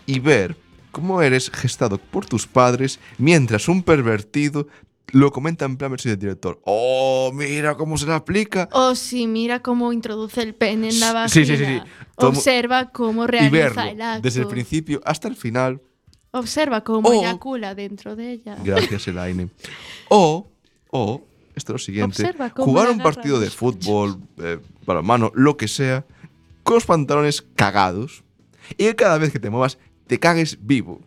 y ver cómo eres gestado por tus padres mientras un pervertido lo comenta en plan versión del director? ¡Oh, mira cómo se le aplica! Oh, sí, mira cómo introduce el pene en la vagina. Sí, sí, sí, sí. Tomo- Observa cómo Y realiza verlo el acto. desde el principio hasta el final. Observa cómo Oh. eyacula dentro de ella. Gracias, Elaine. O, o, esto es lo siguiente: Observa cómo jugar le un agarra partido de los fútbol, eh, mano, lo que sea, con los pantalones cagados y que cada vez que te muevas te cagues vivo.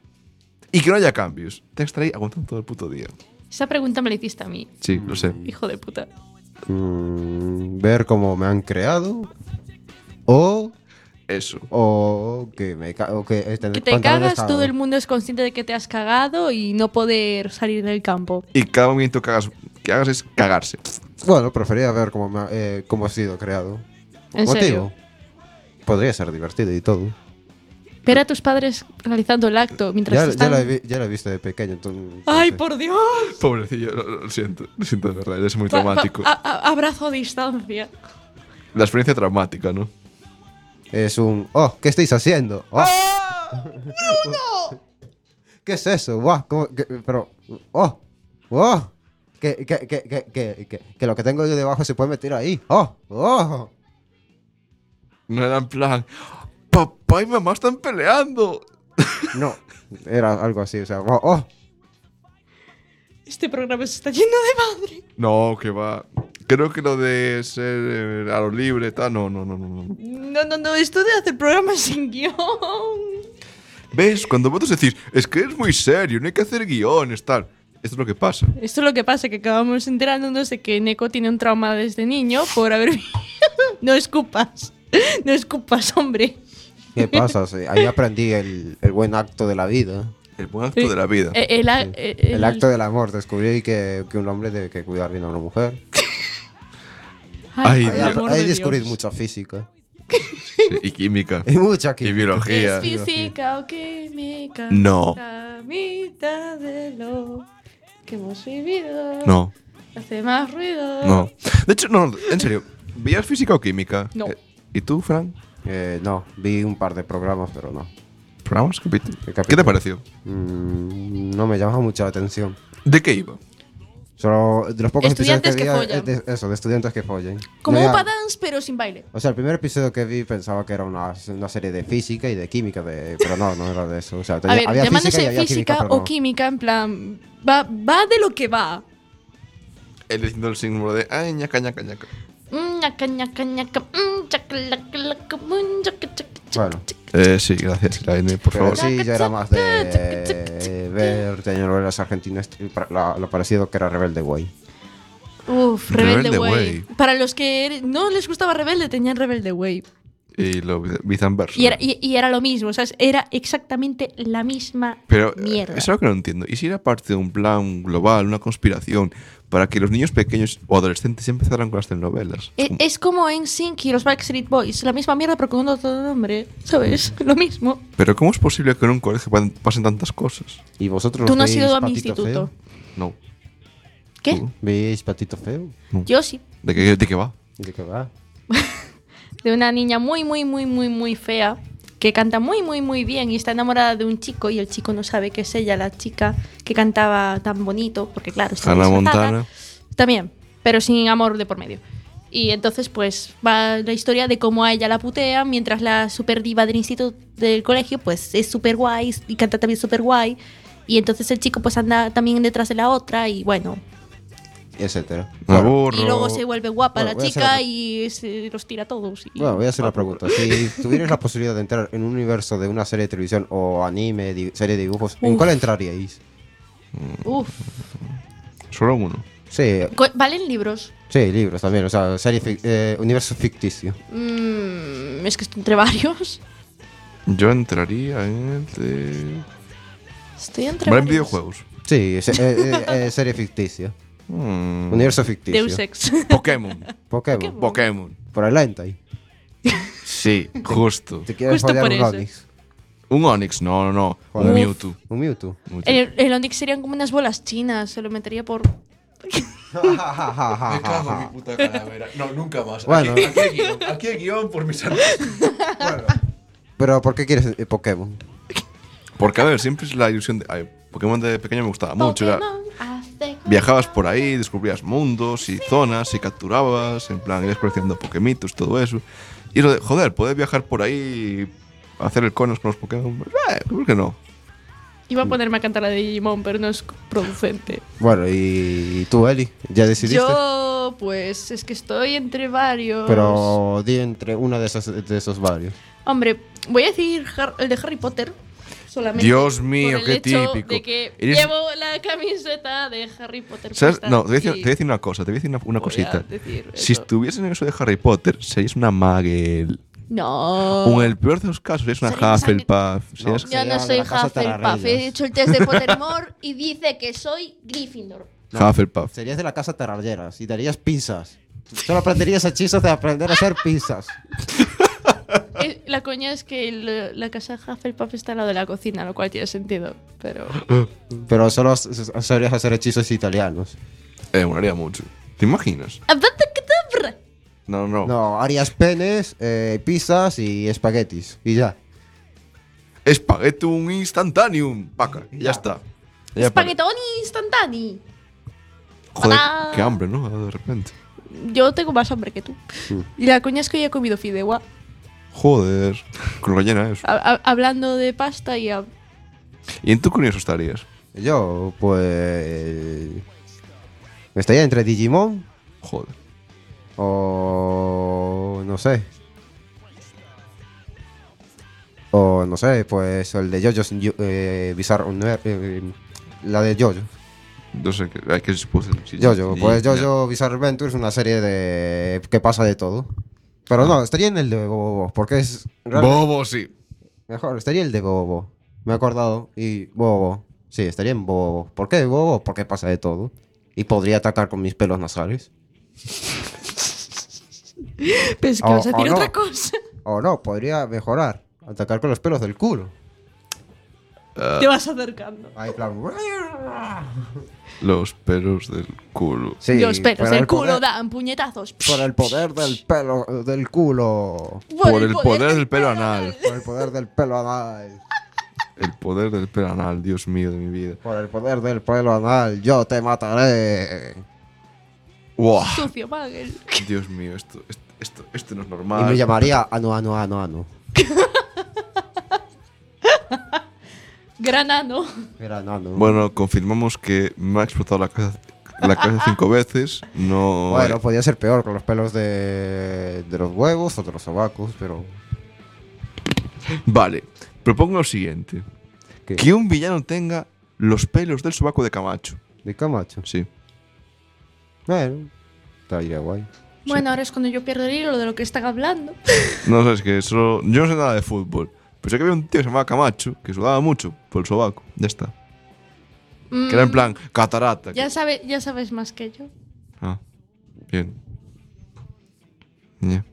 Y que no haya cambios. Te estaré aguantando todo el puto día. Esa pregunta me la hiciste a mí, Sí, lo sé. hijo de puta. Mm, ver cómo me han creado. O, Eso. o que me ca- o que, eh, tener Que te pantalones cagas, todo cagados. el mundo es consciente de que te has cagado y no poder salir del campo. Y cada movimiento que hagas, que hagas es cagarse. *laughs* Bueno, prefería ver cómo, me ha- eh, cómo ha sido creado. ¿En serio? Podría ser divertido y todo. Ver a tus padres realizando el acto mientras Ya, ya están... la he, vi- ya la he visto de pequeño. entonces- ¡Ay, entonces- por Dios! Pobrecillo, lo, lo siento. Lo siento de *laughs* verdad, es muy Pa- pa- traumático. a- a- abrazo a distancia. La experiencia traumática, ¿no? Es un. ¡Oh! ¿Qué estáis haciendo? ¡Oh! ¡Ah! *laughs* ¿Qué es eso? ¡Wow! ¿Cómo? qué- Pero. ¡Oh! ¡Oh! Que, que, que, que, que, que, que lo que tengo yo debajo se puede meter ahí. ¡Oh! ¡Oh! No era en plan, papá y mamá están peleando. No, era algo así, o sea, ¡oh! oh. Este programa se está lleno de madre. No, que va. Creo que lo de ser eh, a lo libre, tal, no, no, no, no, no. No, no, no, esto de hacer programas sin guión. ¿Ves? Cuando vosotros decís, es que es muy serio, no hay que hacer guiones, tal. Esto es lo que pasa. Esto es lo que pasa, que acabamos enterándonos de que Neko tiene un trauma desde niño por haber... *laughs* no escupas. No escupas, hombre. ¿Qué pasa? Sí, ahí aprendí el, el buen acto de la vida. El buen acto de la vida. Eh, El, a- eh, El, acto del amor. Descubrí que, que un hombre debe que cuidar bien a una mujer. Ay, por Ahí, el Dios. amor ahí de descubrí Dios. mucha física. *laughs* Y química. Y mucha Y química. biología. ¿Es física o química? No. La mitad de lo que hemos vivido. No, Hace más ruido. no. De hecho, no, en serio. ¿Veías física o química? No. Eh, ¿Y tú, Fran? Eh, no, vi un par de programas, pero no. ¿Programas? Capítulo. capítulo? ¿Qué te pareció? Mm, no me llama mucho la atención. ¿De qué iba? Solo de los pocos Estudiantes que episodios que, vi, follan. eh, de- eso, de estudiantes que follen. Como No, un ya- Dance, pero sin baile. O sea, el primer episodio que vi pensaba que era una, una serie de física y de química, de, pero no, no era de eso. O sea, A tenía- ver, había llamándose física y física, había química, pero o no. química, en plan. Va, va de lo que va. Él diciendo el símbolo de, ay, ñaca, ñaca, ñaca. Mm, ñaca, ñaca, ñaca, mm, chacalacalaca, mm, chaca, chaca, chaca. Bueno, Eh, sí, gracias, Elaine, por pero favor. sí, yo era más de ver telenovelas argentinas, y pra- la- lo parecido que era Rebelde Way. Uf, Rebelde Rebelde Way. Way. Para los que er- no les gustaba Rebelde, tenían Rebelde Way. Y lo viceversa. Y era, y, y era lo mismo, o sea, era exactamente la misma Pero eh, mierda. es algo que no entiendo. ¿Y si era parte de un plan global, una conspiración, para que los niños pequeños o adolescentes empezaran con las telenovelas? Eh, E- Como- Es como en Sync y los Backstreet Boys, la misma mierda pero con otro nombre, ¿sabes? Lo mismo. Pero ¿cómo es posible que en un colegio pa- pasen tantas cosas? ¿Y vosotros Tú no has veis ido a mi Patito instituto. Feo? No. ¿Qué? ¿Tú? ¿Veis Patito Feo? Yo sí. ¿De qué, de qué va? ¿De qué va? De una niña muy, muy, muy, muy, muy fea que canta muy, muy, muy bien y está enamorada de un chico y el chico no sabe que es ella, la chica que cantaba tan bonito, porque claro, está Hannah desfatada. Montana. También, pero sin amor de por medio. Y entonces, pues, va la historia de cómo a ella la putea, mientras la super diva del instituto del colegio, pues, es super guay y canta también super guay. Y entonces el chico, pues, anda también detrás de la otra y, bueno, etcétera. Me Bueno, aburro. Y luego se vuelve guapa Bueno, la voy a hacer chica otra. y se los tira a todos. y- Bueno, voy a hacer una pregunta. *laughs* Si tuvierais la posibilidad de entrar en un universo de una serie de televisión o anime, di- serie de dibujos, ¿en Uf. cuál entraríais? Uf. Solo uno. Sí, Co- ¿Valen libros? sí, libros también, o sea, serie fic- eh, universo ficticio. Mm, es que estoy entre varios. Yo entraría en el de. Estoy entre Vale, en varios. videojuegos. Sí, se- eh, eh, eh, serie ficticia. *laughs* Mm. Universo ficticio. Deus Ex. *laughs* Pokémon. Pokémon. Pokémon. Por el hentai. Sí, justo. ¿Te quieres Justo follar por un eso. Onix? Un Onix, no, no, no. Un Uf. Mewtwo. *laughs* Un Mewtwo. *laughs* Mewtwo. *laughs* el, el Onix serían como unas bolas chinas. Se lo metería por. Me *laughs* cago en mi puta calavera. No, nunca más. Bueno. Aquí, aquí hay guión, aquí hay guión *laughs* por mis santos. Pero ¿por qué quieres eh, Pokémon? Porque, a ver, siempre es la ilusión de. ay, Pokémon de pequeño me gustaba mucho. era- Pokémon hace- viajabas por ahí, descubrías mundos y zonas y capturabas, en plan, ibas coleccionando Pokémitos, todo eso. Y eso de, joder, poder viajar por ahí y hacer el conos con los Pokémon. pues, eh, ¿Por qué no? Iba a ponerme a cantar la de Digimon, pero no es producente. Bueno, y tú, Eli, ya decidiste. Yo, pues, es que estoy entre varios. Pero di entre una de esas de esos varios. Hombre, voy a decir Har- el de Harry Potter. Solamente Dios por mío, el qué hecho típico. De que Eres- Llevo la camiseta de Harry Potter. ¿Sabes? puesta No, te voy, a decir, y te voy a decir una cosa, te voy a decir una, una voy a cosita. decir Si eso. estuvieras en eso de Harry Potter, serías una Muggle. No. O en el peor de los casos, serías una Sería una Hufflepuff. serías- Yo Sería no soy la casa Hufflepuff. Tarradellas. He hecho el test *laughs* de Pottermore y dice que soy Gryffindor. Hufflepuff. Serías de la casa taralleras y darías pizzas. Solo aprenderías hechizos de aprender a hacer pizzas. Eh, La coña es que el- la casa Hufflepuff está al lado de la cocina, lo cual tiene sentido. Pero. Pero solo s- s- sabrías hacer hechizos italianos. Eh, molaría mucho. ¿Te imaginas? Ah, ¡Abracadabra! No, no. No, harías penes, eh, pizzas y espaguetis. Y ya. Espaguetum instantaneum. Paca, ya está. Ya para. Spaghettoni instantáneo. Joder, ¡Tadá! qué hambre, ¿no? De repente. Yo tengo más hambre que tú. Mm. Y la coña es que hoy he comido fideuá. Joder, con rellena eso. Ha- ha- hablando de pasta y a- ¿Y en tu curioso estarías? Yo, pues. Me estaría entre Digimon Joder. o. No sé. O no sé, pues el de JoJo's Yo- eh, Bizarre Univers- eh, la de JoJo. No sé qué. Hay que supuse. JoJo, pues JoJo Bizarre Adventure es una serie de. que pasa de todo. Pero no, estaría en el de Bobo, porque es. realmente Bobo, sí. Mejor, estaría el de Bobo. Me he acordado. Y Bobo. Sí, estaría en Bobo. ¿Por qué Bobo? Porque pasa de todo. Y podría atacar con mis pelos nasales. Pensé que O- ibas a decir o Oh, no. otra cosa. O no, podría mejorar. Atacar con los pelos del culo. Te vas acercando. Ahí, en plan. *laughs* Los pelos del culo. Sí, Los pelos por del culo poder- dan puñetazos. Por el poder del pelo del culo. Por el poder del pelo anal. Por el poder del pelo anal. El poder del pelo anal, Dios mío de mi vida. Por el poder del pelo anal. Yo te mataré. ¡Wow! Sucio, Magel. Dios mío, esto, esto, esto, esto no es Y normal. me llamaría Ano, Ano, Ano, Ano. Granano. Era Ano. Bueno, confirmamos que me ha explotado la cabeza, la cabeza cinco veces. No. Bueno, podía ser peor con los pelos de, de los huevos o de los sobacos, pero. eh, Vale, propongo lo siguiente: ¿Qué? que un villano tenga los pelos del sobaco de Camacho. ¿De Camacho? Sí. Bueno, estaría guay. Bueno, ahora es cuando yo pierdo el hilo de lo que están hablando. No sé, es que solo. Yo no sé nada de fútbol. Pero sé que había un tío que se llamaba Camacho que sudaba mucho por el sobaco. Ya está. Mm, Que era en plan catarata. Ya, que- sabe, ya sabes más que yo. Ah, bien. Ya.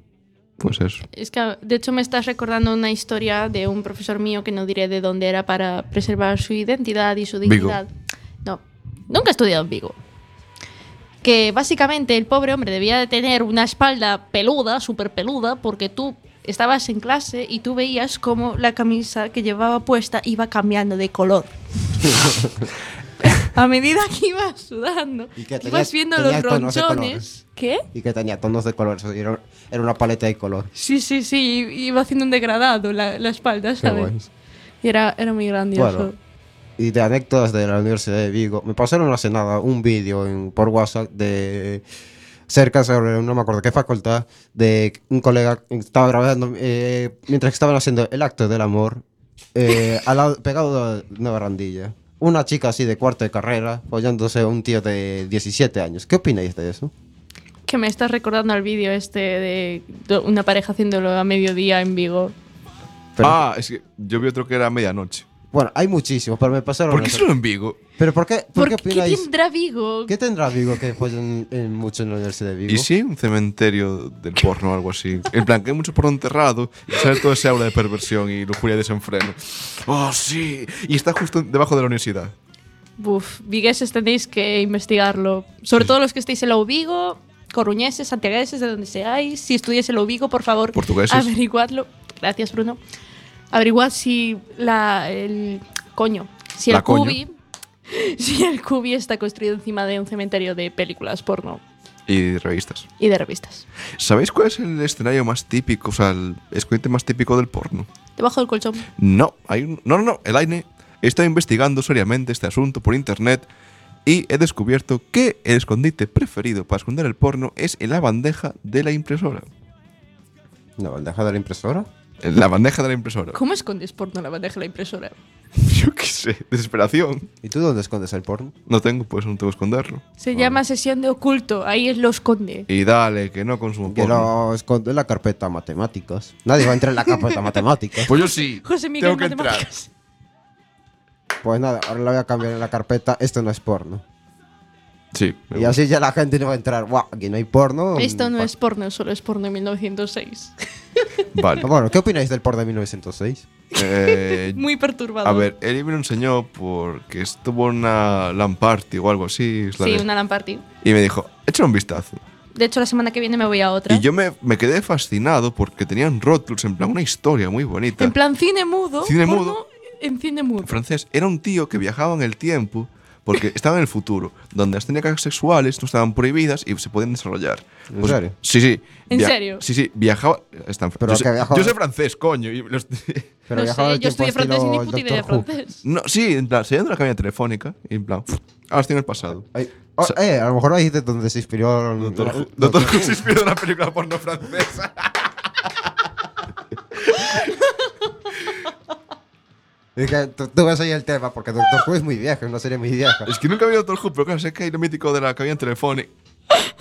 Pues eso. Es que, de hecho, me estás recordando una historia de un profesor mío que no diré de dónde era para preservar su identidad y su Vigo. dignidad. No, nunca he estudiado en Vigo. Que básicamente el pobre hombre debía de tener una espalda peluda, súper peluda, porque tú estabas en clase y tú veías cómo la camisa que llevaba puesta iba cambiando de color. A medida que ibas sudando, Y que ibas tenías- viendo los tenías tonos de ronchones. ¿Qué? Y que tenía tonos de color, eso era, era una paleta de color. Sí, sí, sí, iba haciendo un degradado la, la espalda, Qué ¿sabes? guay. Y era, era muy grandioso. Bueno. y de anécdotas de la Universidad de Vigo. Me pasaron hace nada un vídeo en- por WhatsApp de cerca sobre no me acuerdo qué facultad de un colega que estaba grabando eh, mientras estaban haciendo el acto del amor eh, al lado- pegado a una barandilla. Una chica así de cuarto de carrera follándose a un tío de 17 años. ¿Qué opináis de eso? Que me estás recordando al vídeo este de de una pareja haciéndolo a mediodía en Vigo. Pero- ah, es que yo vi otro que era a medianoche. Bueno, hay muchísimos, pero me pasaron. ¿Por qué eso. solo en Vigo? ¿Pero por qué, por ¿Por qué qué, opináis? tendrá Vigo? ¿Qué tendrá Vigo que follen en- mucho en la Universidad de Vigo? ¿Y si un cementerio del porno o algo así? En plan, que hay mucho porno enterrado y sale todo ese aula de perversión y lujuria y desenfreno. ¡Oh, sí! Y está justo debajo de la universidad. Buf, vigueses tenéis que investigarlo. Sobre todo los que estéis en la Vigo, coruñeses, santiagueses, de donde seáis. Si estudiáis en la Vigo, por favor, Portugueses. averiguadlo. Gracias, Bruno. Averiguad si la. El, coño. Si La el coño. cubi. *laughs* Si el cubi está construido encima de un cementerio de películas porno Y revistas. y de revistas. ¿Sabéis cuál es el escenario más típico, o sea, el escondite más típico del porno? Debajo del colchón. No, hay un- no, no, no. El AINE está investigando seriamente este asunto por internet y he descubierto que el escondite preferido para esconder el porno es en la bandeja de la impresora. ¿La bandeja de la impresora? En la bandeja de la impresora. ¿Cómo escondes porno en la bandeja de la impresora? *laughs* Yo qué sé, desesperación. ¿Y tú dónde escondes el porno? No tengo, pues no tengo que esconderlo. Se llama sesión de oculto. Ahí él lo esconde. Y dale, que no consumo Que porno. lo escondo en la carpeta matemáticas. Nadie va a entrar en la *laughs* carpeta matemáticas. Pues yo sí. *laughs* José Miguel tengo que entrar. Matemáticas. Pues nada, ahora la voy a cambiar en la carpeta. Esto no es porno. Sí. me Y así ya la gente no va a entrar. ¡Guau! Aquí no hay porno. Esto no Pa- es porno, solo es porno en 1906. Eh, gusta. *laughs* Vale. Ah, Bueno, ¿qué opináis del porno de 1906? Eh, Muy perturbador. a ver, Eli me lo enseñó porque estuvo en una LAN party o algo así. es la Sí, de- una LAN party. Y me dijo, échale un vistazo. De hecho, la semana que viene me voy a otra. Y yo me, me quedé fascinado porque tenían rótulos, en plan, una historia muy bonita. En plan cine mudo. Cine porno mudo. En cine En mudo. francés, era un tío que viajaba en el tiempo *laughs* porque estaba en el futuro, donde las técnicas sexuales no estaban prohibidas y se podían desarrollar. Pues, ¿En serio? Sí, sí. ¿En serio? Sí, sí, viajaba. está en- Pero yo, que sé, viajaba- yo sé francés, coño. y los- *laughs* Pero no viajaba sé, al tiempo yo estudié francés y estilo ni puta el idea de Doctor Who. francés. no, sí, en plan, saliendo de la cabina telefónica y en plan, *laughs* ahora estoy en el pasado. Ay, oh, Sa- eh, a lo mejor ahí es de donde se inspiró. el- Doctor Who- Doctor Doctor Who. Who se inspiró de una película porno francesa. Es que tú, tú ves ahí el tema, porque Doctor Who es muy viejo, es una serie muy vieja. Es que nunca había Doctor Who, pero claro, sé que hay lo mítico de la cabina *laughs* telefónica.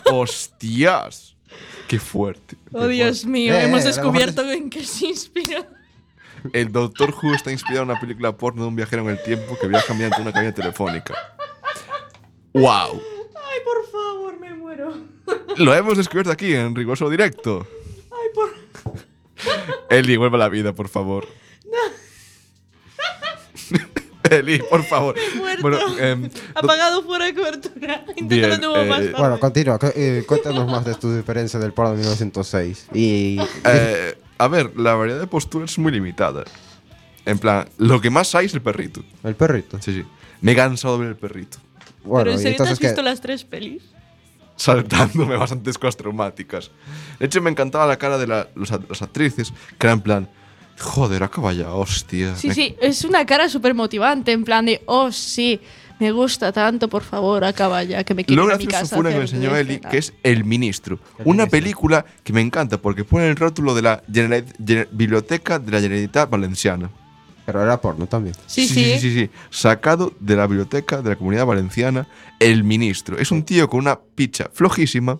¡Hostias! ¡Qué fuerte! Oh, Dios mío, Eh, hemos eh, a lo mejor descubierto en qué se inspira. El Doctor Who está inspirado en una película porno de un viajero en el tiempo que viaja mediante una cabina telefónica. ¡Wow! Ay, *laughs* por favor, me muero. Lo hemos descubierto aquí en riguroso directo. Ay, por. *laughs* Eli, vuelve a la vida, por favor. *laughs* Eli, por favor. muerto. Bueno, em, Apagado fuera de cobertura. Inténtalo Bien, de nuevo más eh, tarde. Bueno, continúa, cu- eh, cuéntanos más de tu diferencia del porno de 1906. Y eh, a ver, la variedad de posturas es muy limitada. En plan, lo que más hay es el perrito. el perrito. Sí, sí. Me he cansado de ver el perrito. *laughs* Bueno, Pero en y serio, ¿te has entonces visto que- las tres pelis? saltándome bastantes cosas traumáticas. De hecho, me encantaba la cara de la- los a- las actrices, que era en plan, joder, acaba ya, hostia. Sí, Me- sí, es una cara súper motivante, en plan de, oh, sí, me gusta tanto, por favor, acaba ya, que me quiero Lo ir a mi gracioso casa. fue una a que me hacer enseñó Eli, cena". que es El Ministro. una película que me encanta porque pone el rótulo de la Generali- Gener- Biblioteca de la Generalitat Valenciana. Pero era porno también. Sí, sí. sí, sí, sí. Sacado de la Biblioteca de la Comunidad Valenciana, El Ministro. Es un tío con una picha flojísima,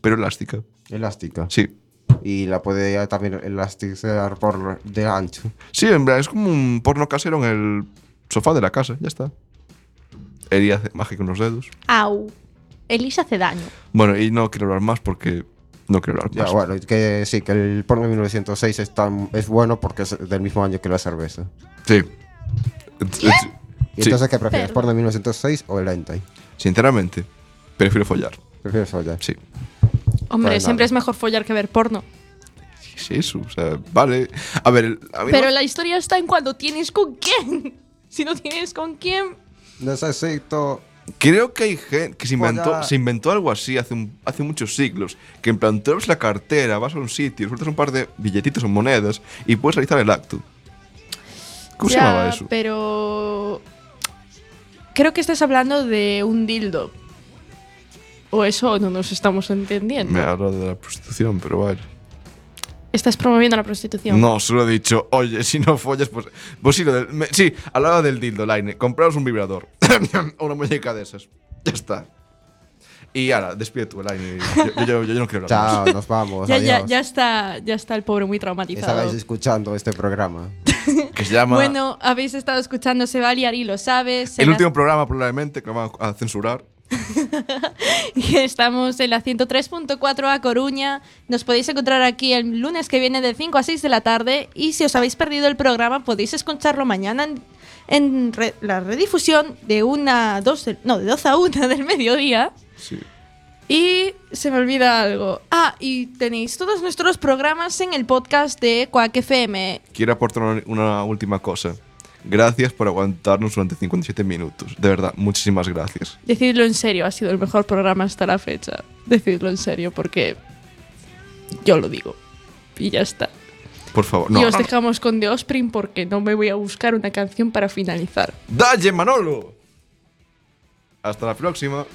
pero elástica. Elástica. Sí. Y la podía también elastizar por de ancho. Sí, en verdad, es como un porno casero en el sofá de la casa, ya está. Eri hace magia con los dedos. Au. Elisa hace daño. Bueno, y no quiero hablar más porque no quiero hablar Ya, más. bueno, que sí, que el porno de 1906 es, tan- es bueno porque es del mismo año que la cerveza. Sí. Ent- ent- ¿Y sí, entonces qué prefieres, Perdón. porno de 1906 o el hentai? Sinceramente, prefiero follar. Prefieres follar. Sí. Hombre, Pues nada. siempre es mejor follar que ver porno. ¿Qué es eso? O sea, vale. A ver, el- a mí Pero no- la historia está en cuando tienes con quién. *laughs* Si no tienes con quién, Necesito... creo que hay gente que se inventó, Follar. se inventó algo así hace, un- hace muchos siglos. Que en plan, te abres la cartera, vas a un sitio, sueltas un par de billetitos o monedas y puedes realizar el acto. ¿Cómo se ya, llamaba eso? pero Creo que estás hablando de un dildo. O eso no nos estamos entendiendo. Me habla de la prostitución, pero vale. Estás promoviendo la prostitución. No, solo he dicho, oye, si no follas, pues. Pues sí, lo del, me- sí hablaba del dildo, Line. Compraos un vibrador. *coughs* o una muñeca de esas. Ya está. Y ahora, despide tú, Line. Yo, yo- yo- yo no quiero hablar. más. Chao, *laughs* nos vamos. Ya, ya, adiós. ya está, ya está el pobre muy traumatizado. Estabais escuchando este programa. Que se llama. Bueno, habéis estado escuchando Se va a liar y lo sabes. el en la- último programa, probablemente, que van a censurar. *laughs* Estamos en la 103.4 a Coruña. Nos podéis encontrar aquí el lunes que viene de 5 a 6 de la tarde. Y si os habéis perdido el programa, podéis escucharlo mañana en, en re- la redifusión de 1 a 2, del- no, de 2 a 1 del mediodía. Sí. Y se me olvida algo. Ah, y tenéis todos nuestros programas en el podcast de Quack FM. Quiero aportar una, una última cosa. Gracias por aguantarnos durante 57 minutos. De verdad, muchísimas gracias. Decidlo en serio, ha sido el mejor programa hasta la fecha. Decidlo en serio, porque yo lo digo. Y ya está. Por favor. No. Y os dejamos con The Ospring porque no me voy a buscar una canción para finalizar. ¡Dalle, Manolo! Hasta la próxima.